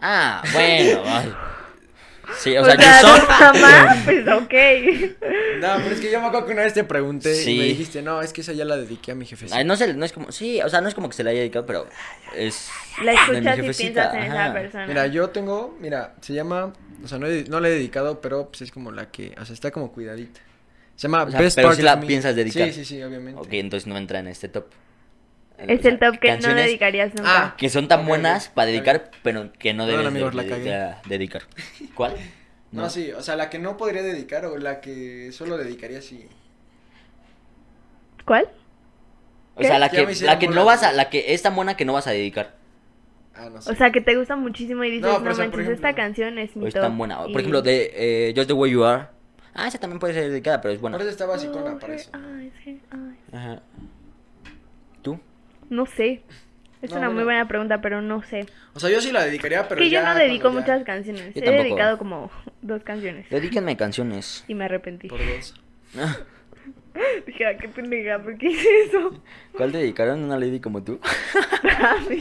Speaker 1: Ah,
Speaker 2: *laughs*
Speaker 1: bueno. ay. Sí, o,
Speaker 2: O
Speaker 1: sea, Your
Speaker 2: sea, *laughs*
Speaker 1: Song.
Speaker 2: no
Speaker 1: *laughs*
Speaker 2: jamás, pues ok.
Speaker 3: No, pero es que yo me acuerdo que una vez te pregunté
Speaker 1: Sí.
Speaker 3: y me dijiste, no, es que esa ya la dediqué a mi jefecita.
Speaker 1: Ay, no, se, no es como, sí, o sea, no es como que se la haya dedicado, pero es...
Speaker 2: La
Speaker 1: de mi
Speaker 2: escuchas y
Speaker 1: jefecita,
Speaker 2: piensas en
Speaker 1: ajá.
Speaker 2: esa persona.
Speaker 3: Mira, yo tengo, mira, se llama, o sea, no, he- no la he dedicado, pero pues es como la que, o sea, está como cuidadita. Se llama
Speaker 1: O sea,
Speaker 3: Best
Speaker 1: pero
Speaker 3: Part
Speaker 1: sí la
Speaker 3: of Me.
Speaker 1: piensas dedicar.
Speaker 3: Sí, sí, sí, obviamente.
Speaker 1: Ok, entonces no entra en este top. Eh, O
Speaker 2: Es
Speaker 1: sea,
Speaker 2: el top que no
Speaker 1: canciones Ah.
Speaker 2: dedicarías nunca.
Speaker 3: Ah,
Speaker 1: Que son tan
Speaker 3: Ok,
Speaker 1: buenas
Speaker 3: ok,
Speaker 1: para
Speaker 3: está
Speaker 1: dedicar, pero que no
Speaker 3: Perdón,
Speaker 1: debes de-
Speaker 3: amigos, la
Speaker 1: de-
Speaker 3: cagué.
Speaker 1: de-
Speaker 3: *laughs*
Speaker 1: dedicar. ¿Cuál?
Speaker 3: No, sí, o sea, la que no podría dedicar o la que solo dedicaría si...
Speaker 2: ¿Cuál?
Speaker 1: O sea, la
Speaker 3: Ya
Speaker 1: que,
Speaker 3: me hicieron
Speaker 1: la que no
Speaker 3: bolas.
Speaker 1: vas a, la que es tan buena que no vas a dedicar.
Speaker 3: Ah, no sé.
Speaker 2: O sea, que te gusta muchísimo y dices,
Speaker 3: No,
Speaker 2: no,
Speaker 3: pero, o sea, por
Speaker 2: manches, esta
Speaker 3: ejemplo,
Speaker 2: canción es mi
Speaker 1: O es
Speaker 2: top",
Speaker 1: tan buena.
Speaker 2: y-
Speaker 1: Por ejemplo, de eh, Just the Way You Are. Ah, esa también puede ser dedicada, pero es buena.
Speaker 3: Por eso está basicona,
Speaker 2: Oh,
Speaker 3: para
Speaker 2: her
Speaker 3: eso.
Speaker 2: eyes, her eyes.
Speaker 1: Ajá. ¿Tú?
Speaker 2: No sé. Es
Speaker 3: No,
Speaker 2: una muy
Speaker 3: bueno.
Speaker 2: buena pregunta, pero no sé.
Speaker 3: O sea, yo sí la dedicaría, pero
Speaker 2: que yo
Speaker 3: ya
Speaker 2: no dedico
Speaker 3: cuando ya-
Speaker 2: muchas canciones.
Speaker 1: Yo
Speaker 2: He
Speaker 1: tampoco.
Speaker 2: dedicado como dos canciones.
Speaker 1: Dedíquenme canciones. *laughs*
Speaker 2: Y me arrepentí.
Speaker 3: Por dos.
Speaker 2: *laughs* Dije, "Ah, qué pendeja, ¿por qué hice
Speaker 3: *laughs*
Speaker 2: eso?
Speaker 1: ¿Cuál dedicaron a una lady como tú?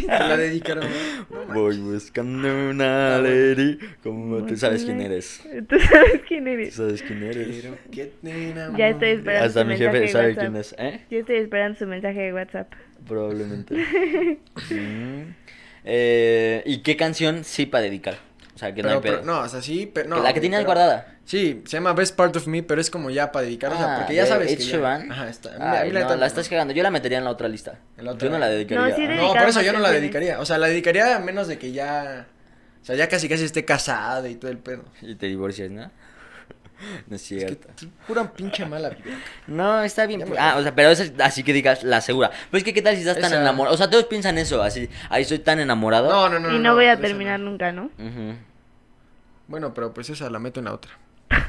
Speaker 3: La dedicaron. No, Ah,
Speaker 1: *laughs*
Speaker 3: man.
Speaker 1: Voy buscando una lady como tú sabes quién eres.
Speaker 2: *laughs* Tú sabes quién
Speaker 1: Tú
Speaker 2: eres.
Speaker 1: sabes quién eres.
Speaker 3: Quiero que te enamores.
Speaker 2: Ya estoy esperando.
Speaker 1: Hasta
Speaker 2: su
Speaker 1: mi
Speaker 2: mensaje
Speaker 1: jefe
Speaker 2: de
Speaker 1: sabe
Speaker 2: WhatsApp.
Speaker 1: quién es, ¿eh?
Speaker 2: Yo estoy esperando su mensaje de WhatsApp.
Speaker 1: Probablemente.
Speaker 2: *laughs*
Speaker 1: Mm. Eh, ¿Y qué canción sí para dedicar? O sea, que no
Speaker 3: Pero,
Speaker 1: hay pedo.
Speaker 3: pero- no, o sea, sí, pero no.
Speaker 1: la que
Speaker 3: güey,
Speaker 1: tenías
Speaker 3: pero-
Speaker 1: guardada.
Speaker 3: Sí, se llama Best Part of Me, pero es como ya para dedicar, o sea,
Speaker 1: Ah,
Speaker 3: porque ya
Speaker 1: de
Speaker 3: sabes
Speaker 1: Ed
Speaker 3: que ya-
Speaker 1: Sheeran.
Speaker 3: Ajá, está. a mí- a
Speaker 1: Ay,
Speaker 3: mí la
Speaker 1: no,
Speaker 3: neta
Speaker 1: la
Speaker 3: no.
Speaker 1: estás cagando. Yo la metería en la otra lista.
Speaker 3: En la otra.
Speaker 1: Yo no la dedicaría.
Speaker 2: No, sí
Speaker 1: Ah,
Speaker 2: de-
Speaker 3: No, por eso
Speaker 2: más
Speaker 3: yo no la
Speaker 2: canciones.
Speaker 3: dedicaría. O sea, la dedicaría a menos de que ya. O sea, ya casi casi esté casada y todo el pedo. *laughs*
Speaker 1: Y te divorcias, ¿no? No es
Speaker 3: Es que
Speaker 1: cierto.
Speaker 3: tú- pura pinche mala vida.
Speaker 1: *laughs* No, está bien.
Speaker 3: Ya
Speaker 1: pues.
Speaker 3: me
Speaker 1: Ah, o sea, pero eso es así que digas la segura. Pero es que, ¿qué tal si estás tan
Speaker 3: Esa-
Speaker 1: enamorado? O sea, todos piensan eso, así. Ahí estoy tan enamorado.
Speaker 3: No, no, no.
Speaker 2: y no voy a
Speaker 3: esa no.
Speaker 2: terminar nunca, ¿no?
Speaker 1: Ujú.
Speaker 3: Bueno, pero pues esa la meto en la otra.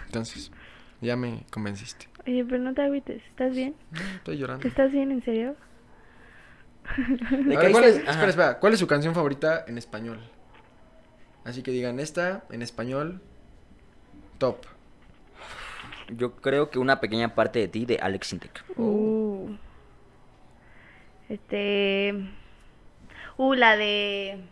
Speaker 3: Entonces, ya me convenciste.
Speaker 2: Oye, pero no te agüites, ¿estás bien?
Speaker 3: Estoy llorando.
Speaker 2: ¿Estás bien, en serio?
Speaker 1: ¿De
Speaker 3: A
Speaker 1: qué
Speaker 3: ver, ¿cuál
Speaker 1: dices?
Speaker 3: es,
Speaker 1: Ajá.
Speaker 3: espera, espera, ¿cuál es su canción favorita en español? Así que digan esta en español. Top.
Speaker 1: Yo creo que una pequeña parte de ti de Alex Intec.
Speaker 3: Oh.
Speaker 2: Uh. Este. Uh, la de.
Speaker 3: *laughs*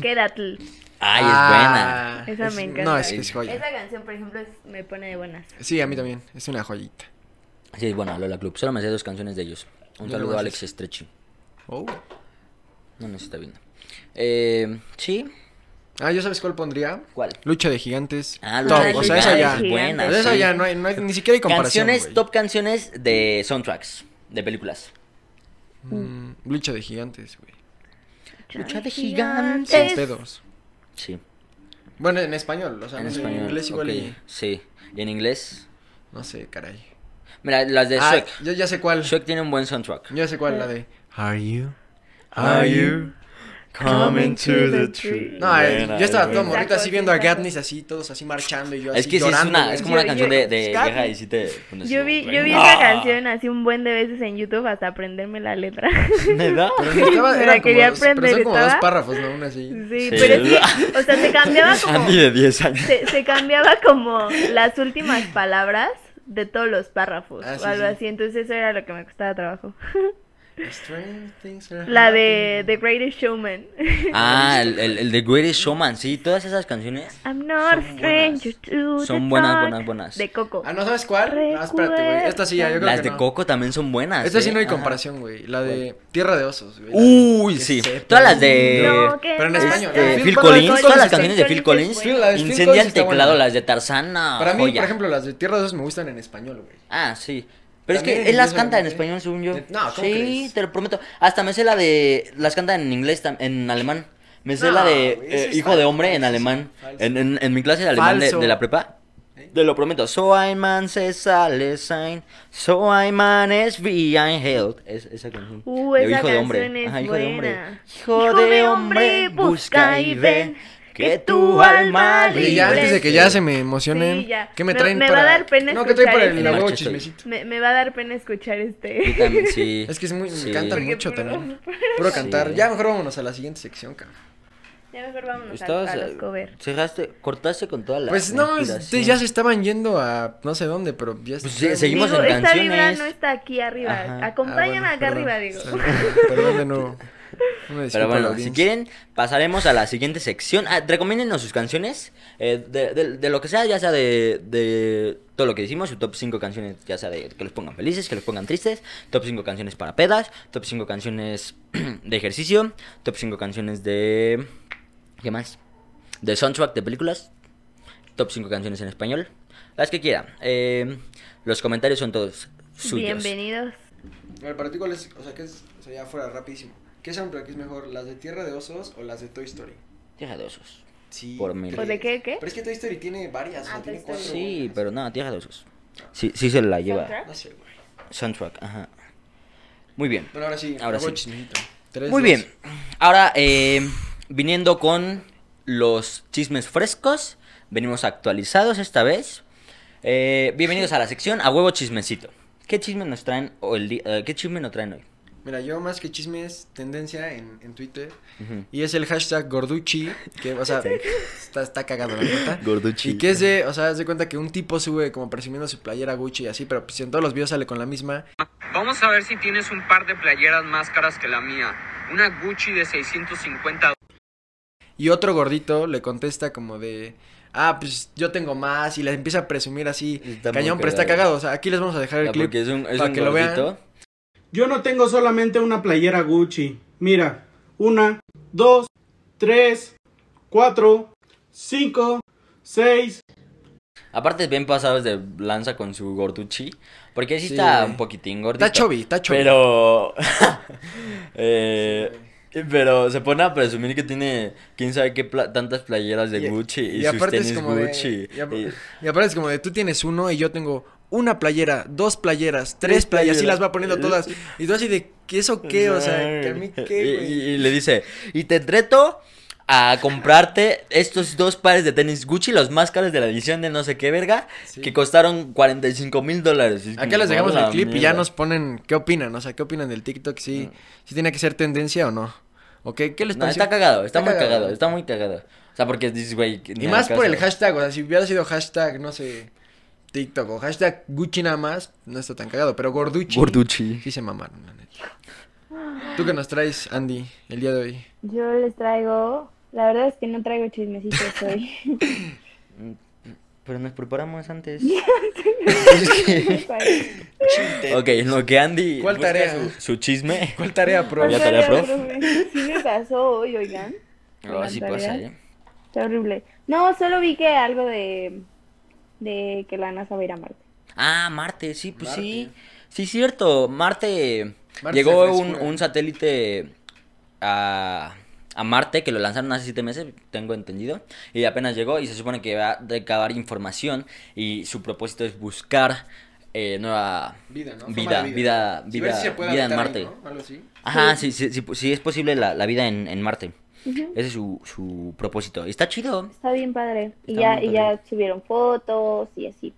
Speaker 2: Quédatl.
Speaker 1: Ay, es
Speaker 3: Ah,
Speaker 2: Esa me encanta.
Speaker 3: No, es que es joya.
Speaker 2: Esa canción, por ejemplo, es- me pone de buenas.
Speaker 3: Sí, a mí también. Es una joyita.
Speaker 1: buena. Sí, es buena, Lola Club. Solo me sé dos canciones de ellos. Un
Speaker 3: No
Speaker 1: saludo a
Speaker 3: manches.
Speaker 1: Alex Estrechi.
Speaker 3: Oh.
Speaker 1: No nos está viendo. Eh, sí.
Speaker 3: Ah, ¿yo sabes cuál pondría?
Speaker 1: ¿Cuál?
Speaker 3: Lucha de gigantes.
Speaker 1: Ah,
Speaker 3: top.
Speaker 1: Lucha de
Speaker 3: o sea, pues esa ya.
Speaker 1: Gigantes, buena,
Speaker 3: O sea, esa
Speaker 1: sí.
Speaker 3: ya no hay, no hay- ni siquiera hay comparación.
Speaker 1: Canciones,
Speaker 3: güey.
Speaker 1: top canciones de soundtracks, de películas.
Speaker 3: Mm, Lucha de gigantes, güey.
Speaker 1: Lucha de
Speaker 3: Sin
Speaker 1: gigantes.
Speaker 3: pedos.
Speaker 1: Sí,
Speaker 3: Bueno, en español, o sea,
Speaker 1: en
Speaker 3: no sé,
Speaker 1: español.
Speaker 3: en inglés igual
Speaker 1: ok,
Speaker 3: y...
Speaker 1: Sí, y en inglés.
Speaker 3: No sé, caray.
Speaker 1: Mira, las de
Speaker 3: Ah,
Speaker 1: Shrek.
Speaker 3: yo ya sé cuál.
Speaker 1: Shrek tiene un buen soundtrack.
Speaker 3: Yo ya sé cuál, la de... Are you?
Speaker 1: Are you
Speaker 2: coming to the tree?
Speaker 3: No, eh, yo estaba todo
Speaker 2: Exacto,
Speaker 3: morrito así
Speaker 2: sí,
Speaker 3: viendo a
Speaker 2: exacto.
Speaker 3: Katniss así, todos así marchando y yo así
Speaker 1: Es que sí es,
Speaker 3: llorando,
Speaker 1: una,
Speaker 3: güey.
Speaker 1: es como una
Speaker 2: Yo-
Speaker 1: canción
Speaker 2: yo-
Speaker 1: de, de
Speaker 3: Scat-
Speaker 1: guerra y sí te pones
Speaker 2: Yo
Speaker 1: como,
Speaker 2: vi, yo
Speaker 1: "Venga".
Speaker 2: vi *laughs* esa canción así un buen de veces en YouTube hasta aprenderme la letra. *laughs*
Speaker 1: ¿Neta?
Speaker 3: Pero estaba-
Speaker 2: Me
Speaker 3: era
Speaker 2: la
Speaker 3: como,
Speaker 2: quería
Speaker 3: dos- pero son
Speaker 2: aprender,
Speaker 3: como dos
Speaker 2: estaba-
Speaker 3: párrafos, ¿no? Una así.
Speaker 2: Sí,
Speaker 1: Sí.
Speaker 2: pero
Speaker 1: *laughs*
Speaker 2: es que, o sea, se cambiaba
Speaker 1: A
Speaker 2: como,
Speaker 1: mí de 10 años.
Speaker 2: se, se cambiaba como las últimas palabras de todos los párrafos
Speaker 3: Ah, sí,
Speaker 2: o algo
Speaker 3: sí.
Speaker 2: así, entonces eso era lo que me costaba trabajo.
Speaker 3: Strange things are
Speaker 2: La de The
Speaker 3: happening.
Speaker 2: Greatest Showman. *laughs*
Speaker 1: Ah, el, el, el de Greatest Showman, sí, todas esas canciones.
Speaker 2: I'm not a
Speaker 3: Son
Speaker 2: stranger to the
Speaker 1: Son buenas,
Speaker 2: dark.
Speaker 1: buenas, buenas.
Speaker 2: De Coco.
Speaker 3: Ah, ¿no sabes cuál? No, espérate, güey. Esta sí ya, yo creo
Speaker 1: Las
Speaker 3: que
Speaker 1: de
Speaker 3: no.
Speaker 1: Coco también son buenas.
Speaker 3: Esta sí
Speaker 1: ¿eh?
Speaker 3: no hay
Speaker 1: Ajá.
Speaker 3: comparación, güey. La de Tierra de Osos, güey.
Speaker 1: Uy,
Speaker 3: Que
Speaker 1: sí.
Speaker 3: se
Speaker 1: Todas las de-
Speaker 2: No, que
Speaker 3: pero en
Speaker 2: Eh, no
Speaker 3: español.
Speaker 2: estás-
Speaker 1: Este,
Speaker 3: Phil-
Speaker 1: Eh, Phil
Speaker 3: bueno,
Speaker 1: Collins,
Speaker 3: Phil
Speaker 1: todas las
Speaker 3: Collins,
Speaker 1: canciones de Phil
Speaker 2: Phil Collins
Speaker 1: Collins.
Speaker 2: es
Speaker 3: buena. Sí, la de Phil
Speaker 1: Incendia
Speaker 3: Collins
Speaker 1: el
Speaker 3: está buena.
Speaker 1: teclado, las de Tarzán. no,
Speaker 3: Para mí,
Speaker 1: joya.
Speaker 3: por ejemplo, las de Tierra de Osos me gustan en español, güey.
Speaker 1: Ah, sí. Pero es
Speaker 3: También
Speaker 1: que
Speaker 3: en
Speaker 1: él las
Speaker 3: inglés
Speaker 1: canta en
Speaker 3: algunas, ¿eh?
Speaker 1: español, según yo.
Speaker 3: No, ¿cómo
Speaker 1: sí,
Speaker 3: crees?
Speaker 1: te lo prometo. Hasta me sé la de. Las canta en inglés, tam- en alemán. Me sé
Speaker 3: No,
Speaker 1: la de
Speaker 3: güey, eso
Speaker 1: eh,
Speaker 3: es
Speaker 1: Hijo
Speaker 3: falso,
Speaker 1: de Hombre en
Speaker 3: falso,
Speaker 1: alemán.
Speaker 3: falso.
Speaker 1: En, en- en mi clase de alemán de,
Speaker 3: Falso.
Speaker 1: de la prepa.
Speaker 3: ¿Eh?
Speaker 1: Te lo prometo. So ein Mann se sale sein. So ein Mann es wie ein Held. Es, esa canción.
Speaker 2: Uh,
Speaker 1: de
Speaker 2: esa
Speaker 1: Hijo de Hombre.
Speaker 2: canción es
Speaker 1: Ajá, Hijo de Hombre.
Speaker 2: buena.
Speaker 1: Hijo de Hombre, busca y ven. Que tu alma
Speaker 3: Oye, ya
Speaker 2: Libre,
Speaker 3: antes de que
Speaker 2: sí.
Speaker 3: ya se me emocionen,
Speaker 2: Sí, ya.
Speaker 3: ¿qué me
Speaker 2: Me-
Speaker 3: traen
Speaker 2: me va
Speaker 3: para...?
Speaker 2: a dar pena
Speaker 3: no, ¿qué traen para
Speaker 2: escuchar
Speaker 3: el la
Speaker 1: ese.
Speaker 3: huevo
Speaker 1: Noche estoy.
Speaker 3: chismecito?
Speaker 2: Me, me va a dar pena escuchar *laughs* este.
Speaker 1: Yo también, sí.
Speaker 3: Es que es muy,
Speaker 1: Sí.
Speaker 3: me cantan
Speaker 2: Porque
Speaker 3: mucho
Speaker 2: puro-
Speaker 3: también. Puro
Speaker 1: Sí.
Speaker 3: cantar. Ya mejor vámonos a la siguiente sección, cabrón.
Speaker 2: Ya mejor vámonos a,
Speaker 1: Estabas,
Speaker 2: a los
Speaker 1: eh,
Speaker 2: cover.
Speaker 1: cerraste- cortaste con toda la.
Speaker 3: Pues no,
Speaker 1: mentira,
Speaker 3: ustedes
Speaker 1: sí.
Speaker 3: ya se estaban yendo a no sé dónde, pero ya
Speaker 1: Pues
Speaker 3: se-
Speaker 1: sí, seguimos
Speaker 2: Digo,
Speaker 1: en
Speaker 2: esta vibra
Speaker 1: canciones.
Speaker 2: no está aquí arriba.
Speaker 1: Ajá. Ah,
Speaker 2: Acompáñame
Speaker 3: Ah, bueno,
Speaker 2: acá
Speaker 3: perdón.
Speaker 2: arriba, digo. *laughs*
Speaker 3: Perdón, Perdón
Speaker 1: *laughs*
Speaker 3: de nuevo. Una disculpa
Speaker 1: Pero
Speaker 3: a la
Speaker 1: bueno, si
Speaker 3: audiencia.
Speaker 1: quieren, pasaremos a la siguiente sección. Ah, recomiéndenos sus canciones. eh, de, de- de lo que sea, ya sea de, de todo lo que hicimos, su top 5 canciones, ya sea de que los pongan felices, que los pongan tristes, top 5 canciones para pedas, top 5 canciones *clears throat* de ejercicio, top 5 canciones de. ¿Qué más? De soundtrack de películas, top 5 canciones en español, las que quieran. Eh, los comentarios son todos suyos.
Speaker 2: Bienvenidos.
Speaker 3: A ver, para ti, ¿cuál es? O sea, ¿qué es? O sea, ya fuera rapidísimo. ¿Qué soundtrack es mejor, las de Tierra de Osos o las de Toy Story?
Speaker 1: Tierra de osos.
Speaker 3: Sí.
Speaker 1: Por mil.
Speaker 2: ¿O de qué, qué?
Speaker 3: Pero es que Toy Story tiene varias, o
Speaker 2: Ah,
Speaker 3: sea, tiene
Speaker 2: Toy
Speaker 3: cuatro.
Speaker 2: Story.
Speaker 1: Sí,
Speaker 3: buenas.
Speaker 1: pero no, Tierra de osos. Sí, sí se la lleva.
Speaker 2: ¿Soundtrack?
Speaker 3: No sé, güey.
Speaker 1: Soundtrack, ajá. Muy bien.
Speaker 3: Bueno, ahora sí.
Speaker 1: Ahora
Speaker 3: luego
Speaker 1: sí.
Speaker 3: chismecito. Tres,
Speaker 1: Muy
Speaker 3: dos.
Speaker 1: bien. Ahora, eh, viniendo con los chismes frescos, venimos actualizados esta vez. Eh, bienvenidos a la sección A Huevo Chismecito. ¿Qué chisme nos traen hoy? el di- eh, ¿Qué chisme nos traen hoy?
Speaker 3: Mira, yo más que chismes, tendencia en, en Twitter.
Speaker 1: Ujú.
Speaker 3: Y es el hashtag Gorduchi, que,
Speaker 1: *laughs*
Speaker 3: o sea, está, está cagado la neta.
Speaker 1: Gorduchi.
Speaker 3: Y que es de, o sea, haz de cuenta que un tipo sube como presumiendo su playera Gucci y así, pero pues en todos los videos sale con la misma.
Speaker 4: Vamos a ver si tienes un par de playeras más caras que la mía. Una Gucci de 650
Speaker 3: Y otro gordito le contesta como de, ah, pues yo tengo más, y le empieza a presumir así,
Speaker 1: Está muy
Speaker 3: cañón, pero está
Speaker 1: cagado.
Speaker 3: cagado. O sea, aquí les vamos a dejar el
Speaker 1: Ah,
Speaker 3: clip
Speaker 1: Porque es un, es
Speaker 3: para
Speaker 1: un
Speaker 3: que lo vean.
Speaker 1: gordito.
Speaker 5: Yo no tengo solamente una playera Gucci. Mira, una, dos, tres, cuatro, cinco, seis.
Speaker 1: Aparte, es bien pasados de lanza con su gorduchi. Porque sí, está
Speaker 3: Sí.
Speaker 1: un poquitín gordito.
Speaker 3: Está chovi, está chovi.
Speaker 1: Pero. *laughs* eh, Pero se pone a presumir que tiene quién sabe qué pla- tantas playeras de
Speaker 3: Y-
Speaker 1: Gucci y,
Speaker 3: y
Speaker 1: sus
Speaker 3: aparte es
Speaker 1: tenis
Speaker 3: como de-
Speaker 1: Gucci.
Speaker 3: y, ap-
Speaker 1: y-
Speaker 3: y aparte es como de tú tienes uno y yo tengo una playera, dos playeras, tres
Speaker 1: Tres
Speaker 3: playeras, y
Speaker 1: playeras.
Speaker 3: las va poniendo todas. Y tú así de, ¿qué eso qué? O sea, que a mí qué,
Speaker 1: Y-
Speaker 3: güey?
Speaker 1: y, y le dice, y te reto a comprarte estos dos pares de tenis Gucci, los más caros de la edición de no sé qué verga,
Speaker 3: Sí.
Speaker 1: que costaron 45 mil dólares. Y es
Speaker 3: Acá
Speaker 1: como,
Speaker 3: les dejamos
Speaker 1: "A la
Speaker 3: el clip y ya
Speaker 1: mierda". Mm.
Speaker 3: nos ponen qué opinan, o sea, qué opinan del TikTok, si, si tiene que ser tendencia o no. ¿O qué, qué les
Speaker 1: No,
Speaker 3: pareció?
Speaker 1: está cagado, está, muy cagado,
Speaker 3: güey.
Speaker 1: está muy cagado. O sea, porque dices, güey... que ni
Speaker 3: Y
Speaker 1: al
Speaker 3: más por
Speaker 1: caso.
Speaker 3: el hashtag, o sea, si hubiera sido hashtag, no sé, TikTok o hashtag Gucci nada más, no está tan cagado, pero Gorducci.
Speaker 1: Gorducci.
Speaker 3: Sí se mamaron, la neta. ¿Tú qué nos traes, Andy, el día de hoy?
Speaker 2: Yo les traigo. La verdad es que no traigo chismecitos
Speaker 1: *laughs*
Speaker 2: *laughs* hoy.
Speaker 1: Pero nos preparamos antes. Es que- ok, en lo que Andy
Speaker 3: Eh, ¿Cuál
Speaker 1: busca
Speaker 3: tarea?
Speaker 1: Su, su chisme.
Speaker 3: *laughs* ¿Cuál tarea, pro?
Speaker 1: Por ¿Ya tarea, prof?
Speaker 2: Sí me pasó hoy, oigan.
Speaker 1: No, así
Speaker 2: Gran
Speaker 1: pasa,
Speaker 2: tarea.
Speaker 1: ¿eh?
Speaker 2: Está horrible. No, solo vi que algo de. de que la NASA va a ir a Marte.
Speaker 1: Ah, Marte, sí, pues
Speaker 3: Marte.
Speaker 1: sí. Sí, cierto. Marte,
Speaker 3: Marte
Speaker 1: llegó
Speaker 3: se
Speaker 1: un,
Speaker 3: frescura.
Speaker 1: un satélite a, a Marte que lo lanzaron hace siete meses, tengo entendido. Y apenas llegó y se supone que va a recabar información. Y su propósito es buscar eh, nueva
Speaker 3: Vida, ¿no? Forma
Speaker 1: vida,
Speaker 3: de
Speaker 1: vida,
Speaker 3: Si ver
Speaker 1: vida,
Speaker 3: si se puede
Speaker 1: vida en
Speaker 3: habitar ahí,
Speaker 1: Marte.
Speaker 3: ¿no? Algo así.
Speaker 1: Ajá, sí, sí, sí, sí es posible la, la vida en, en Marte.
Speaker 2: Ujú.
Speaker 1: Ese es su, su propósito. Y está chido.
Speaker 2: Está bien padre. Y
Speaker 1: Está
Speaker 2: ya,
Speaker 1: muy
Speaker 2: y ya subieron fotos y así.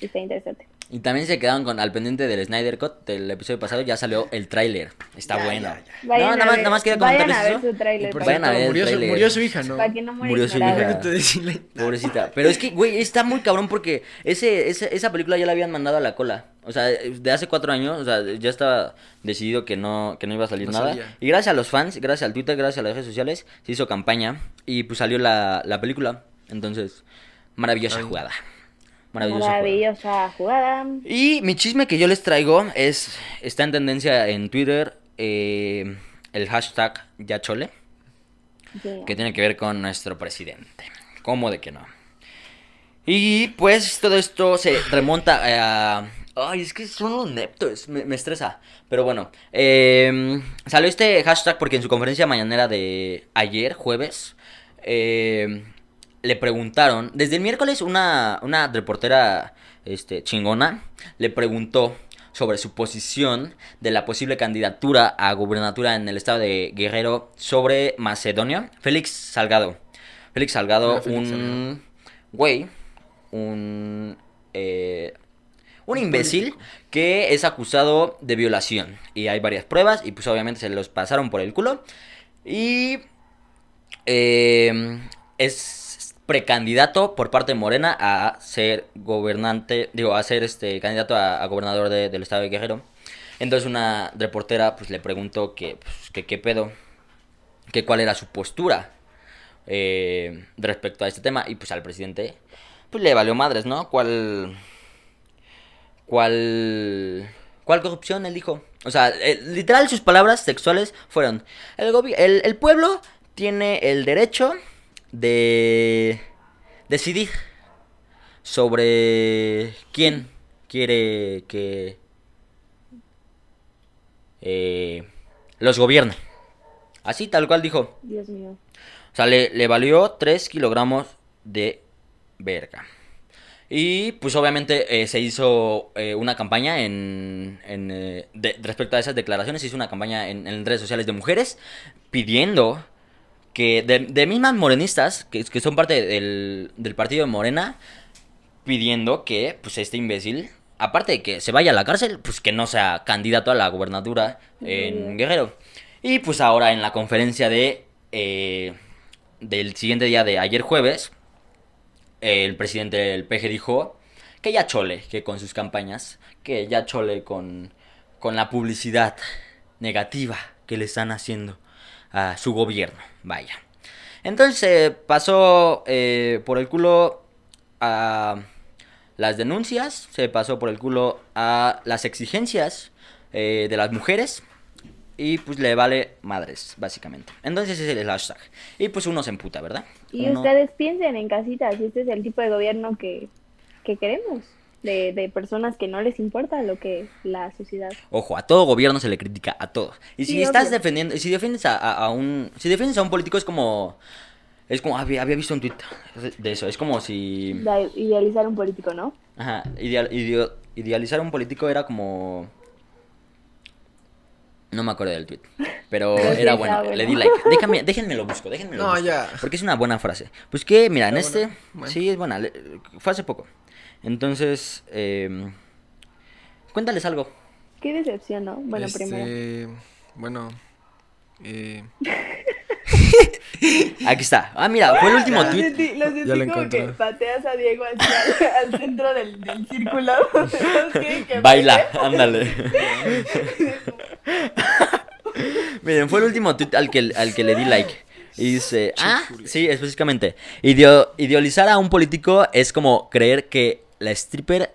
Speaker 2: Y está interesante.
Speaker 1: Y también se quedaron con al pendiente del Snyder Cut del episodio pasado. Ya salió el tráiler. Está
Speaker 3: Ya,
Speaker 1: bueno.
Speaker 3: ya, ya.
Speaker 1: No,
Speaker 2: Vayan
Speaker 1: nada
Speaker 2: a
Speaker 1: más,
Speaker 2: ver-
Speaker 1: nada más quería
Speaker 2: Vayan
Speaker 1: comentarles
Speaker 2: a ver
Speaker 1: eso.
Speaker 2: su
Speaker 3: Y
Speaker 2: tráiler.
Speaker 3: por
Speaker 1: Vayan
Speaker 2: para-
Speaker 1: a
Speaker 3: cierto,
Speaker 1: ver el
Speaker 3: murió, su,
Speaker 1: tráiler.
Speaker 3: murió su hija, ¿no?
Speaker 2: Para
Speaker 3: *laughs*
Speaker 2: que no muera
Speaker 1: Murió su
Speaker 2: ignorada.
Speaker 1: hija.
Speaker 3: Déjate decirle.
Speaker 1: Pobrecita. Pero es que, güey, está muy cabrón porque ese, ese- esa película ya la habían mandado a la cola. O sea, de hace cuatro años, o sea, ya estaba decidido que no, que no iba a salir
Speaker 3: No
Speaker 1: nada.
Speaker 3: salía.
Speaker 1: Y gracias a los fans, gracias al Twitter, gracias a las redes sociales, se hizo campaña y pues salió la, la película. Entonces, maravillosa
Speaker 3: Ay.
Speaker 1: jugada. Maravillosa, jugada.
Speaker 2: Maravillosa jugada.
Speaker 1: Y mi chisme que yo les traigo es, está en tendencia en Twitter, eh, el hashtag Yachole,
Speaker 2: Yeah.
Speaker 1: que tiene que ver con nuestro presidente. ¿Cómo de que no? Y pues todo esto se remonta eh, a... Ay, es que son los neptos, me, me estresa. Pero bueno, eh, salió este hashtag porque en su conferencia mañanera de ayer, jueves, eh, le preguntaron, desde el miércoles una, una reportera este, chingona le preguntó sobre su posición de la posible candidatura a gubernatura en el estado de Guerrero sobre Macedonia, Félix Salgado. Félix Salgado,
Speaker 3: Ah, Félix
Speaker 1: un güey, un... eh, un imbécil que es acusado de violación. Y hay varias pruebas y pues obviamente se los pasaron por el culo. Y eh, es precandidato por parte de Morena a ser gobernante, digo, a ser este candidato a, a gobernador de- del estado de Guerrero. Entonces una reportera pues le preguntó que, pues, que qué pedo, que cuál era su postura eh, respecto a este tema y pues al presidente pues le valió madres, ¿no? ¿Cuál ¿Cuál, cuál corrupción? Él dijo. O sea, eh, literal sus palabras sexuales fueron, el, gobi- el, el pueblo tiene el derecho de decidir sobre quién quiere que eh, los gobierne. Así tal cual dijo.
Speaker 2: Dios mío.
Speaker 1: O sea, le, le valió 3 kilogramos de verga. Y pues obviamente eh, se hizo eh, una campaña en, en, eh, de- respecto a esas declaraciones, se hizo una campaña en, en redes sociales de mujeres pidiendo que de, de mismas morenistas, que, que son parte del, del partido de Morena, pidiendo que pues este imbécil, aparte de que se vaya a la cárcel, pues que no sea candidato a la gubernatura en Guerrero. Y pues ahora en la conferencia de eh, del siguiente día de ayer jueves, el presidente del PG dijo que ya chole, que con sus campañas, que ya chole con, con la publicidad negativa que le están haciendo a su gobierno, vaya. Entonces eh, pasó eh, por el culo a las denuncias, se pasó por el culo a las exigencias eh, de las mujeres y pues le vale madres, básicamente. Entonces ese es el hashtag. Y pues uno se emputa, ¿verdad?
Speaker 2: Y
Speaker 1: Uno-
Speaker 2: ustedes piensen en casita si este es el tipo de gobierno que, que queremos. de, de personas que no les importa lo que la sociedad.
Speaker 1: Ojo, a todo gobierno se le critica, a todos. Y si
Speaker 2: Sí,
Speaker 1: estás
Speaker 2: obvio.
Speaker 1: defendiendo, y si defiendes a, a- a un, si defiendes a un político es como, es como, había, había visto un tweet de eso, es como si,
Speaker 2: de idealizar un político, ¿no?
Speaker 1: ajá, ideal- ideo- idealizar a un político era como, no me acuerdo del tweet, pero
Speaker 2: Pero *laughs* sí
Speaker 1: era
Speaker 2: está
Speaker 1: bueno,
Speaker 2: bueno.
Speaker 1: le di like, déjame, déjenme lo busco, déjenme lo
Speaker 3: No,
Speaker 1: busco,
Speaker 3: ya.
Speaker 1: porque es una buena frase. Pues que, mira, en este,
Speaker 3: Está buena, bueno.
Speaker 1: sí, es buena, le- fue hace poco, entonces, em, cuéntales algo.
Speaker 2: Qué decepción, ¿no? Bueno,
Speaker 3: Este,
Speaker 2: primero.
Speaker 3: Bueno. eh,
Speaker 1: Aquí está. Ah, mira, fue el último
Speaker 2: Lo
Speaker 1: tweet.
Speaker 2: sentí, lo sentí
Speaker 3: Ya lo
Speaker 2: como que
Speaker 3: encontré.
Speaker 2: pateas a Diego hacia- al, al centro del, del círculo. *laughs* Ok, que
Speaker 1: Baila, ándale.
Speaker 2: *laughs*
Speaker 1: Miren, fue el último tweet al que, al que le di like. Y dice, ah, sí, específicamente. "Ideo- idealizar a un político es como creer que la stripper,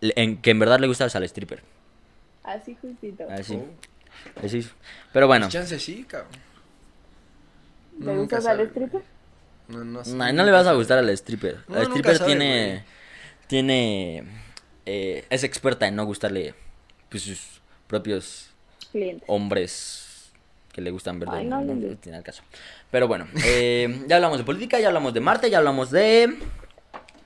Speaker 1: en, que en verdad le gusta al stripper.
Speaker 2: Así justito.
Speaker 1: Así. Así. Pero bueno,
Speaker 3: oh, pues Chance sí, cabrón.
Speaker 2: ¿Te
Speaker 3: No, nunca
Speaker 2: gusta al
Speaker 3: sabe.
Speaker 2: stripper?
Speaker 3: No, no, sé,
Speaker 1: no, no
Speaker 3: nunca
Speaker 1: le vas a
Speaker 3: sabe.
Speaker 1: gustar al stripper.
Speaker 3: Uno
Speaker 1: La
Speaker 3: nunca
Speaker 1: stripper
Speaker 3: sabe,
Speaker 1: tiene.
Speaker 3: güey.
Speaker 1: Tiene. eh, es experta en no gustarle pues, sus propios
Speaker 2: Cliente.
Speaker 1: hombres que le gustan ver
Speaker 2: Ay,
Speaker 1: de-
Speaker 2: no,
Speaker 1: no,
Speaker 2: no,
Speaker 1: no
Speaker 2: no.
Speaker 1: tiene al caso. Pero bueno, eh, *laughs* ya hablamos de política, ya hablamos de Marte, ya hablamos de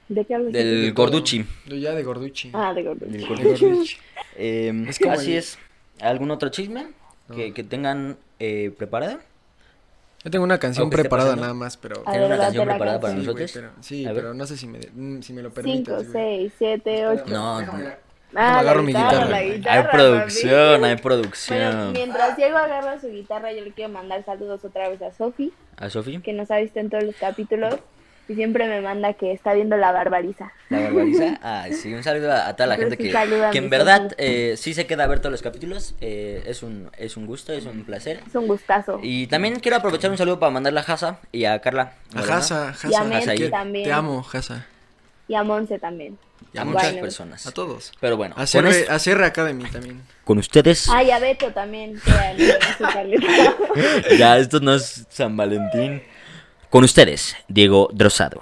Speaker 2: ¿De qué hablas?
Speaker 1: del
Speaker 3: De todo.
Speaker 1: Gorducci.
Speaker 3: Yo ya de Gorducci.
Speaker 2: Ah, de gordo.
Speaker 1: Del
Speaker 3: De
Speaker 1: Gorducci. *laughs*
Speaker 2: *laughs*
Speaker 3: Gorducci.
Speaker 1: Eh,
Speaker 3: Es como
Speaker 1: así
Speaker 3: el-
Speaker 1: es. ¿Algún otro chisme que, que tengan eh, preparado?
Speaker 3: Yo tengo una canción
Speaker 1: que esté
Speaker 3: preparada
Speaker 1: pasando.
Speaker 3: nada más, pero.
Speaker 2: A
Speaker 1: ¿Tienen una
Speaker 2: ver, date
Speaker 1: canción
Speaker 2: la
Speaker 1: preparada para
Speaker 3: sí, güey,
Speaker 1: nosotros?
Speaker 3: pero, sí,
Speaker 1: A ver.
Speaker 3: pero no sé si me, mm, si me lo permites.
Speaker 2: 5,
Speaker 3: güey.
Speaker 2: 6, 7, 8.
Speaker 1: No, no.
Speaker 2: Ah, la
Speaker 3: agarro mi
Speaker 2: guitarra,
Speaker 3: guitarra.
Speaker 2: la
Speaker 3: Hay
Speaker 2: guitarra.
Speaker 1: Hay producción,
Speaker 2: papi.
Speaker 1: hay
Speaker 2: Bueno,
Speaker 1: producción. *laughs*
Speaker 2: mientras Diego agarra su guitarra, yo le quiero mandar saludos otra vez a Sofi,
Speaker 1: ¿A Sofi?
Speaker 2: que nos ha visto en todos los capítulos y siempre me manda que está viendo la barbariza.
Speaker 1: ¿La barbariza? *laughs* Ay, sí, un saludo a, a toda la
Speaker 2: Pero
Speaker 1: gente
Speaker 2: sí,
Speaker 1: que,
Speaker 2: saluda a
Speaker 1: que
Speaker 2: mi
Speaker 1: en verdad
Speaker 2: Sofi.
Speaker 1: eh, sí se queda a ver todos los capítulos. eh, es, un, es un gusto, es un placer.
Speaker 2: Es un gustazo.
Speaker 1: Y también quiero aprovechar un saludo para mandarle a Jasa y a Carla.
Speaker 3: A
Speaker 1: Moreno.
Speaker 3: Jasa,
Speaker 2: Y a
Speaker 3: Jasa.
Speaker 1: Mel
Speaker 3: que-
Speaker 2: también.
Speaker 3: Te amo, Jasa.
Speaker 2: Y a Monse también.
Speaker 1: Y a
Speaker 2: Bueno.
Speaker 1: muchas personas.
Speaker 3: A todos.
Speaker 1: Pero bueno,
Speaker 3: A
Speaker 1: con,
Speaker 3: CR,
Speaker 1: es-
Speaker 3: a CR Academy también.
Speaker 1: con
Speaker 3: *laughs*
Speaker 1: ustedes,
Speaker 2: Ah, y a Beto también. que era el de *laughs* Azucarleta.
Speaker 1: ya esto no es San Valentín. Con ustedes, Diego Drosado.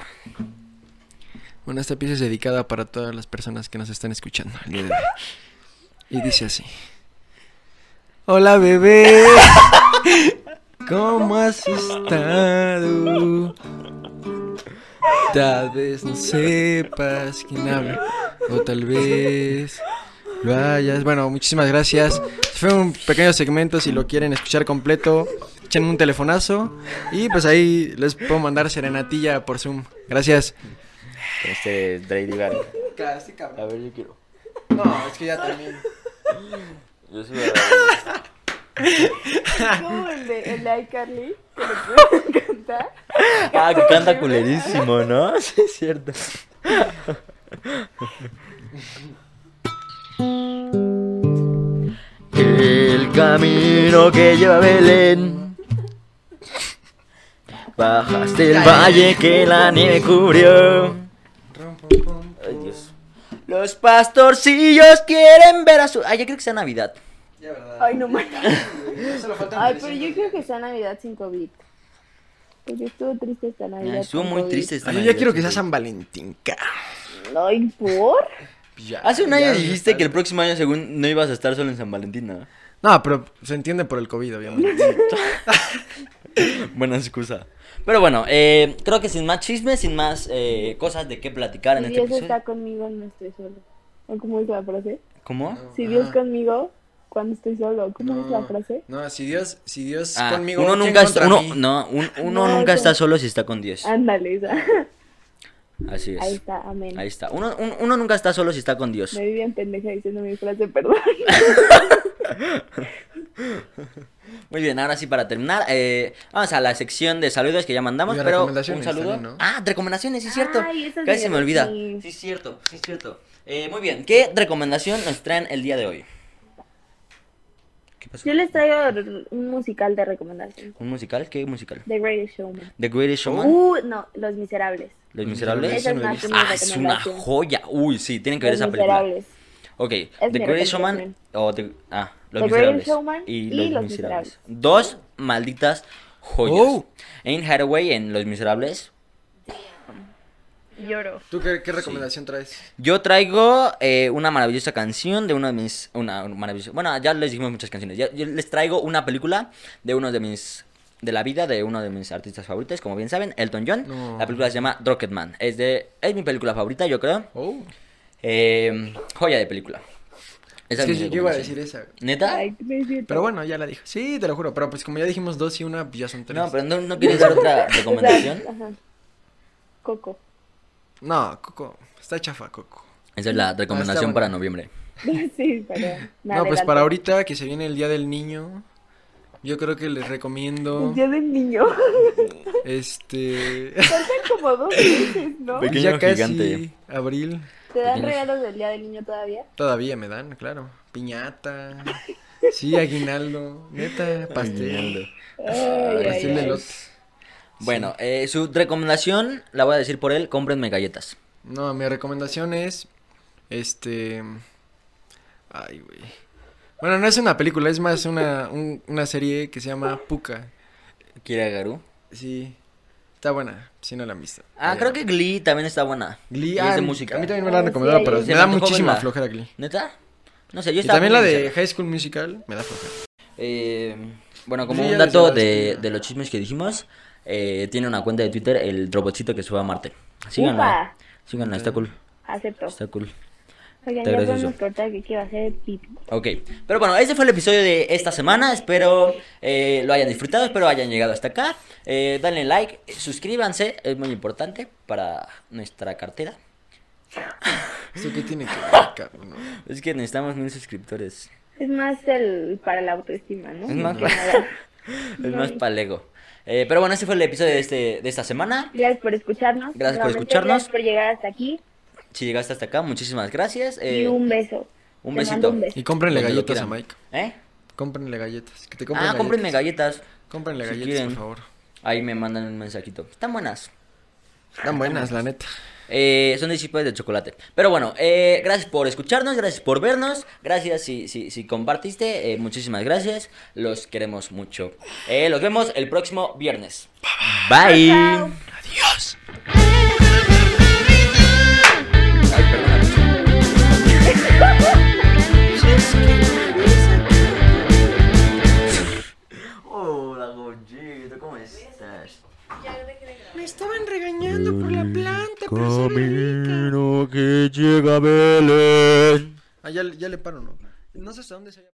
Speaker 3: Bueno, esta pieza es dedicada para todas las personas que nos están escuchando el día de hoy. Y dice así. Hola bebé, ¿cómo has estado? Tal vez no sepas quién habla, o tal vez lo hayas. Bueno, muchísimas gracias. Fue un pequeño segmento, si lo quieren escuchar completo, echen un telefonazo y pues ahí les puedo mandar serenatilla por Zoom. Gracias.
Speaker 1: Este es Brady Bar. A ver, yo quiero.
Speaker 3: No, es que ya también.
Speaker 1: Yo soy
Speaker 2: Como el de, el de iCarly, que le puede cantar.
Speaker 1: Ah, que canta culerísimo, ¿no? *laughs* Sí, es cierto. El camino que lleva a Belén. Bajaste el valle que la nieve cubrió. Ay, Dios. Los pastorcillos quieren ver a su. Ay, ya creo que sea Navidad.
Speaker 3: Ya, verdad.
Speaker 2: Ay, *laughs* no mames.
Speaker 3: Solo faltan
Speaker 2: Ay, pero yo creo que sea Navidad sin COVID. Porque estuvo triste esta Navidad.
Speaker 1: Ay, estuvo
Speaker 2: sin
Speaker 1: muy
Speaker 2: COVID.
Speaker 1: triste esta
Speaker 3: Ay, yo ya
Speaker 1: Navidad,
Speaker 3: quiero que sea
Speaker 1: siento.
Speaker 3: San Valentín, ca.
Speaker 2: Ay, ¿por?
Speaker 3: Ya,
Speaker 1: Hace un
Speaker 3: ya,
Speaker 1: año
Speaker 3: ya
Speaker 1: dijiste
Speaker 3: está.
Speaker 1: que el próximo año, según no ibas a estar solo en San Valentín, ¿no?
Speaker 3: No, pero se entiende por el COVID, obviamente.
Speaker 1: Buena excusa. Pero bueno, eh, creo que sin más chismes, sin más eh, cosas de qué platicar en
Speaker 2: Si
Speaker 1: este
Speaker 2: Dios
Speaker 1: episodio.
Speaker 2: está conmigo, no estoy solo. ¿O cómo es la frase?
Speaker 1: ¿Cómo?
Speaker 2: Si Dios
Speaker 3: Ajá.
Speaker 2: conmigo, cuando estoy solo. ¿Cómo es la frase?
Speaker 3: No, si Dios, si Dios
Speaker 1: Ah,
Speaker 3: conmigo.
Speaker 1: uno
Speaker 3: ¿quién
Speaker 1: nunca está,
Speaker 3: contra
Speaker 1: uno,
Speaker 3: mí?
Speaker 1: no,
Speaker 2: *laughs*
Speaker 1: un- uno
Speaker 2: No,
Speaker 1: nunca
Speaker 2: eso.
Speaker 1: está solo si está con Dios.
Speaker 2: Ándale, esa.
Speaker 1: Así es.
Speaker 2: Ahí está, amén.
Speaker 1: Ahí está. Uno, un- uno nunca está solo si está con Dios.
Speaker 2: Me vi bien pendeja diciendo mi frase,
Speaker 1: *laughs*
Speaker 2: perdón.
Speaker 1: Muy bien, ahora sí para terminar, eh, vamos a la sección de saludos que ya mandamos,
Speaker 3: Y de
Speaker 1: pero un
Speaker 3: recomendaciones
Speaker 1: saludo.
Speaker 3: también, ¿no?
Speaker 1: Ah, de recomendaciones, sí es cierto.
Speaker 2: Ay, esas
Speaker 1: Casi se me olvida.
Speaker 2: sí.
Speaker 1: Sí es cierto, sí es cierto. Eh, muy bien, ¿qué recomendación nos traen el día de hoy? ¿Qué pasó?
Speaker 2: Yo les traigo r- un musical de recomendación.
Speaker 1: ¿Un musical? ¿Qué musical?
Speaker 2: The Greatest Showman.
Speaker 1: The Greatest Showman.
Speaker 2: Uh, no, Los Miserables.
Speaker 1: Los
Speaker 3: Los
Speaker 1: Miserables.
Speaker 2: Esa es más que mi
Speaker 1: Ah, es una
Speaker 2: recomendación.
Speaker 1: joya. Uy, sí, tienen que ver
Speaker 2: Los
Speaker 1: esa película.
Speaker 2: Miserables.
Speaker 1: Ok, The
Speaker 2: mi
Speaker 1: Greatest Showman
Speaker 2: recomendación.
Speaker 1: o The- ah, Los
Speaker 2: The Greatest
Speaker 1: Miserables
Speaker 2: Showman y Los Miserables.
Speaker 1: Dos malditas joyas.
Speaker 3: Oh.
Speaker 1: Anne Hathaway en Los Miserables.
Speaker 2: Lloro.
Speaker 3: ¿Tú qué, qué recomendación traes?
Speaker 1: Yo traigo eh, una maravillosa canción de uno de mis. Una maravillosa. Bueno, ya les dijimos muchas canciones. Ya- yo les traigo una película de uno de mis. De la vida de uno de mis artistas favoritos, como bien saben, Elton John.
Speaker 3: No.
Speaker 1: La película se llama Rocketman. Es de. Es mi película favorita, yo creo.
Speaker 3: Oh.
Speaker 1: Eh, joya de película. Esa
Speaker 3: Es que
Speaker 1: mi
Speaker 3: yo- yo iba a
Speaker 1: recomendación.
Speaker 3: decir esa. güey.
Speaker 1: ¿Neta?
Speaker 3: Pero bueno, ya la dije. Sí, te lo juro. Pero pues como ya dijimos dos y una, pues ya son tres.
Speaker 1: no, pero no, no quieres dar
Speaker 3: *laughs*
Speaker 1: otra recomendación.
Speaker 2: Ajá. Coco. *laughs*
Speaker 3: No, Coco. Está chafa, Coco.
Speaker 1: Esa es la recomendación
Speaker 3: buena.
Speaker 1: para noviembre.
Speaker 2: sí, pero.
Speaker 3: no, pues para ahorita que se viene el Día del Niño, yo creo que les recomiendo
Speaker 2: *laughs* Yo del niño.
Speaker 3: este...
Speaker 2: Faltan como dos meses, ¿no?
Speaker 1: Pequeño
Speaker 3: ya casi
Speaker 1: gigante.
Speaker 3: abril.
Speaker 2: ¿Te dan
Speaker 1: Pequeños.
Speaker 2: regalos del día del niño todavía?
Speaker 3: Todavía me dan, claro.
Speaker 1: *laughs*
Speaker 3: Piñata. Sí, aguinaldo. Neta, pastel.
Speaker 1: Aguinaldo.
Speaker 2: Ay,
Speaker 3: Pastel
Speaker 2: ay,
Speaker 3: de
Speaker 2: ay.
Speaker 3: elote.
Speaker 1: Bueno, eh, su recomendación la voy a decir por él: cómprenme galletas.
Speaker 3: No, mi recomendación es. Este. Ay, güey. Bueno, no es una película, es más una, un- una serie que se llama Puka.
Speaker 1: ¿Quiere Garú?
Speaker 3: Sí. Está buena, si no la han visto.
Speaker 1: Ah, creo que Glee también está buena.
Speaker 3: Eh, Glee,
Speaker 1: Y
Speaker 3: ah,
Speaker 1: es de música.
Speaker 3: A mí también me la han
Speaker 2: Ah,
Speaker 3: recomendado,
Speaker 2: sí,
Speaker 3: pero
Speaker 1: se
Speaker 3: me
Speaker 1: me
Speaker 3: da
Speaker 1: antojó
Speaker 3: muchísima
Speaker 1: verla.
Speaker 3: flojera Glee.
Speaker 1: ¿neta? No sé, yo
Speaker 3: Y
Speaker 1: estaba
Speaker 3: también la
Speaker 1: muy
Speaker 3: de
Speaker 1: sincero.
Speaker 3: High School Musical me da flojera.
Speaker 1: Eh, bueno, como
Speaker 3: Sí,
Speaker 1: un
Speaker 3: ya les
Speaker 1: dato
Speaker 3: había
Speaker 1: de,
Speaker 3: dicho.
Speaker 1: de los chismes que dijimos, eh, tiene una cuenta de Twitter, el robotcito que sube a Marte. Síganla. eh.
Speaker 2: Upa.
Speaker 1: Síganla, está cool.
Speaker 2: Acepto.
Speaker 1: Está cool.
Speaker 2: Oigan,
Speaker 1: Te
Speaker 2: ya
Speaker 1: agradezco.
Speaker 2: podemos cortar que quiero hacer pipí.
Speaker 1: Ok, pero bueno, ese fue el episodio de esta semana. Espero eh, lo hayan disfrutado, espero hayan llegado hasta acá. Eh, denle like, eh, suscríbanse, es muy importante para nuestra cartera.
Speaker 3: ¿Esto qué tiene que ver, cabrón?
Speaker 1: Es que necesitamos mil suscriptores.
Speaker 2: Es más el para la autoestima, ¿no?
Speaker 1: Es más,
Speaker 2: Que nada.
Speaker 1: es más palego. Eh, pero bueno, ese fue el episodio de, este, de esta semana.
Speaker 2: Gracias por escucharnos.
Speaker 1: Gracias por
Speaker 2: Nuevamente,
Speaker 1: escucharnos.
Speaker 2: Gracias por llegar hasta aquí.
Speaker 1: Si llegaste hasta acá, muchísimas gracias.
Speaker 2: y
Speaker 1: Eh,
Speaker 2: un beso.
Speaker 1: un
Speaker 2: Te
Speaker 1: besito.
Speaker 2: mando un beso.
Speaker 3: Y cómprenle
Speaker 1: Cuando lo
Speaker 3: galletas a
Speaker 1: quieran.
Speaker 3: Mike.
Speaker 1: ¿Eh?
Speaker 3: Cómprenle galletas. Que te compren
Speaker 1: Ah, cómprenme galletas.
Speaker 3: Cómprenle
Speaker 1: si
Speaker 3: galletas,
Speaker 1: quieren.
Speaker 3: por favor.
Speaker 1: Ahí me mandan un mensajito. Están buenas.
Speaker 3: Están buenas, la neta.
Speaker 1: Eh, son 10 chipas de chocolate. Pero bueno, eh, gracias por escucharnos, gracias por vernos, gracias si, si, si compartiste, eh, muchísimas gracias, los queremos mucho. Eh, los vemos el próximo viernes. Bye.
Speaker 2: Chao.
Speaker 1: Ay, perdóname. Hola, Gollito, ¿cómo estás?
Speaker 3: Me estaban regañando por la planta, pero
Speaker 6: camino que llega a Belén.
Speaker 3: Ah, ya, le- ya le paro, ¿no? No sé hasta dónde se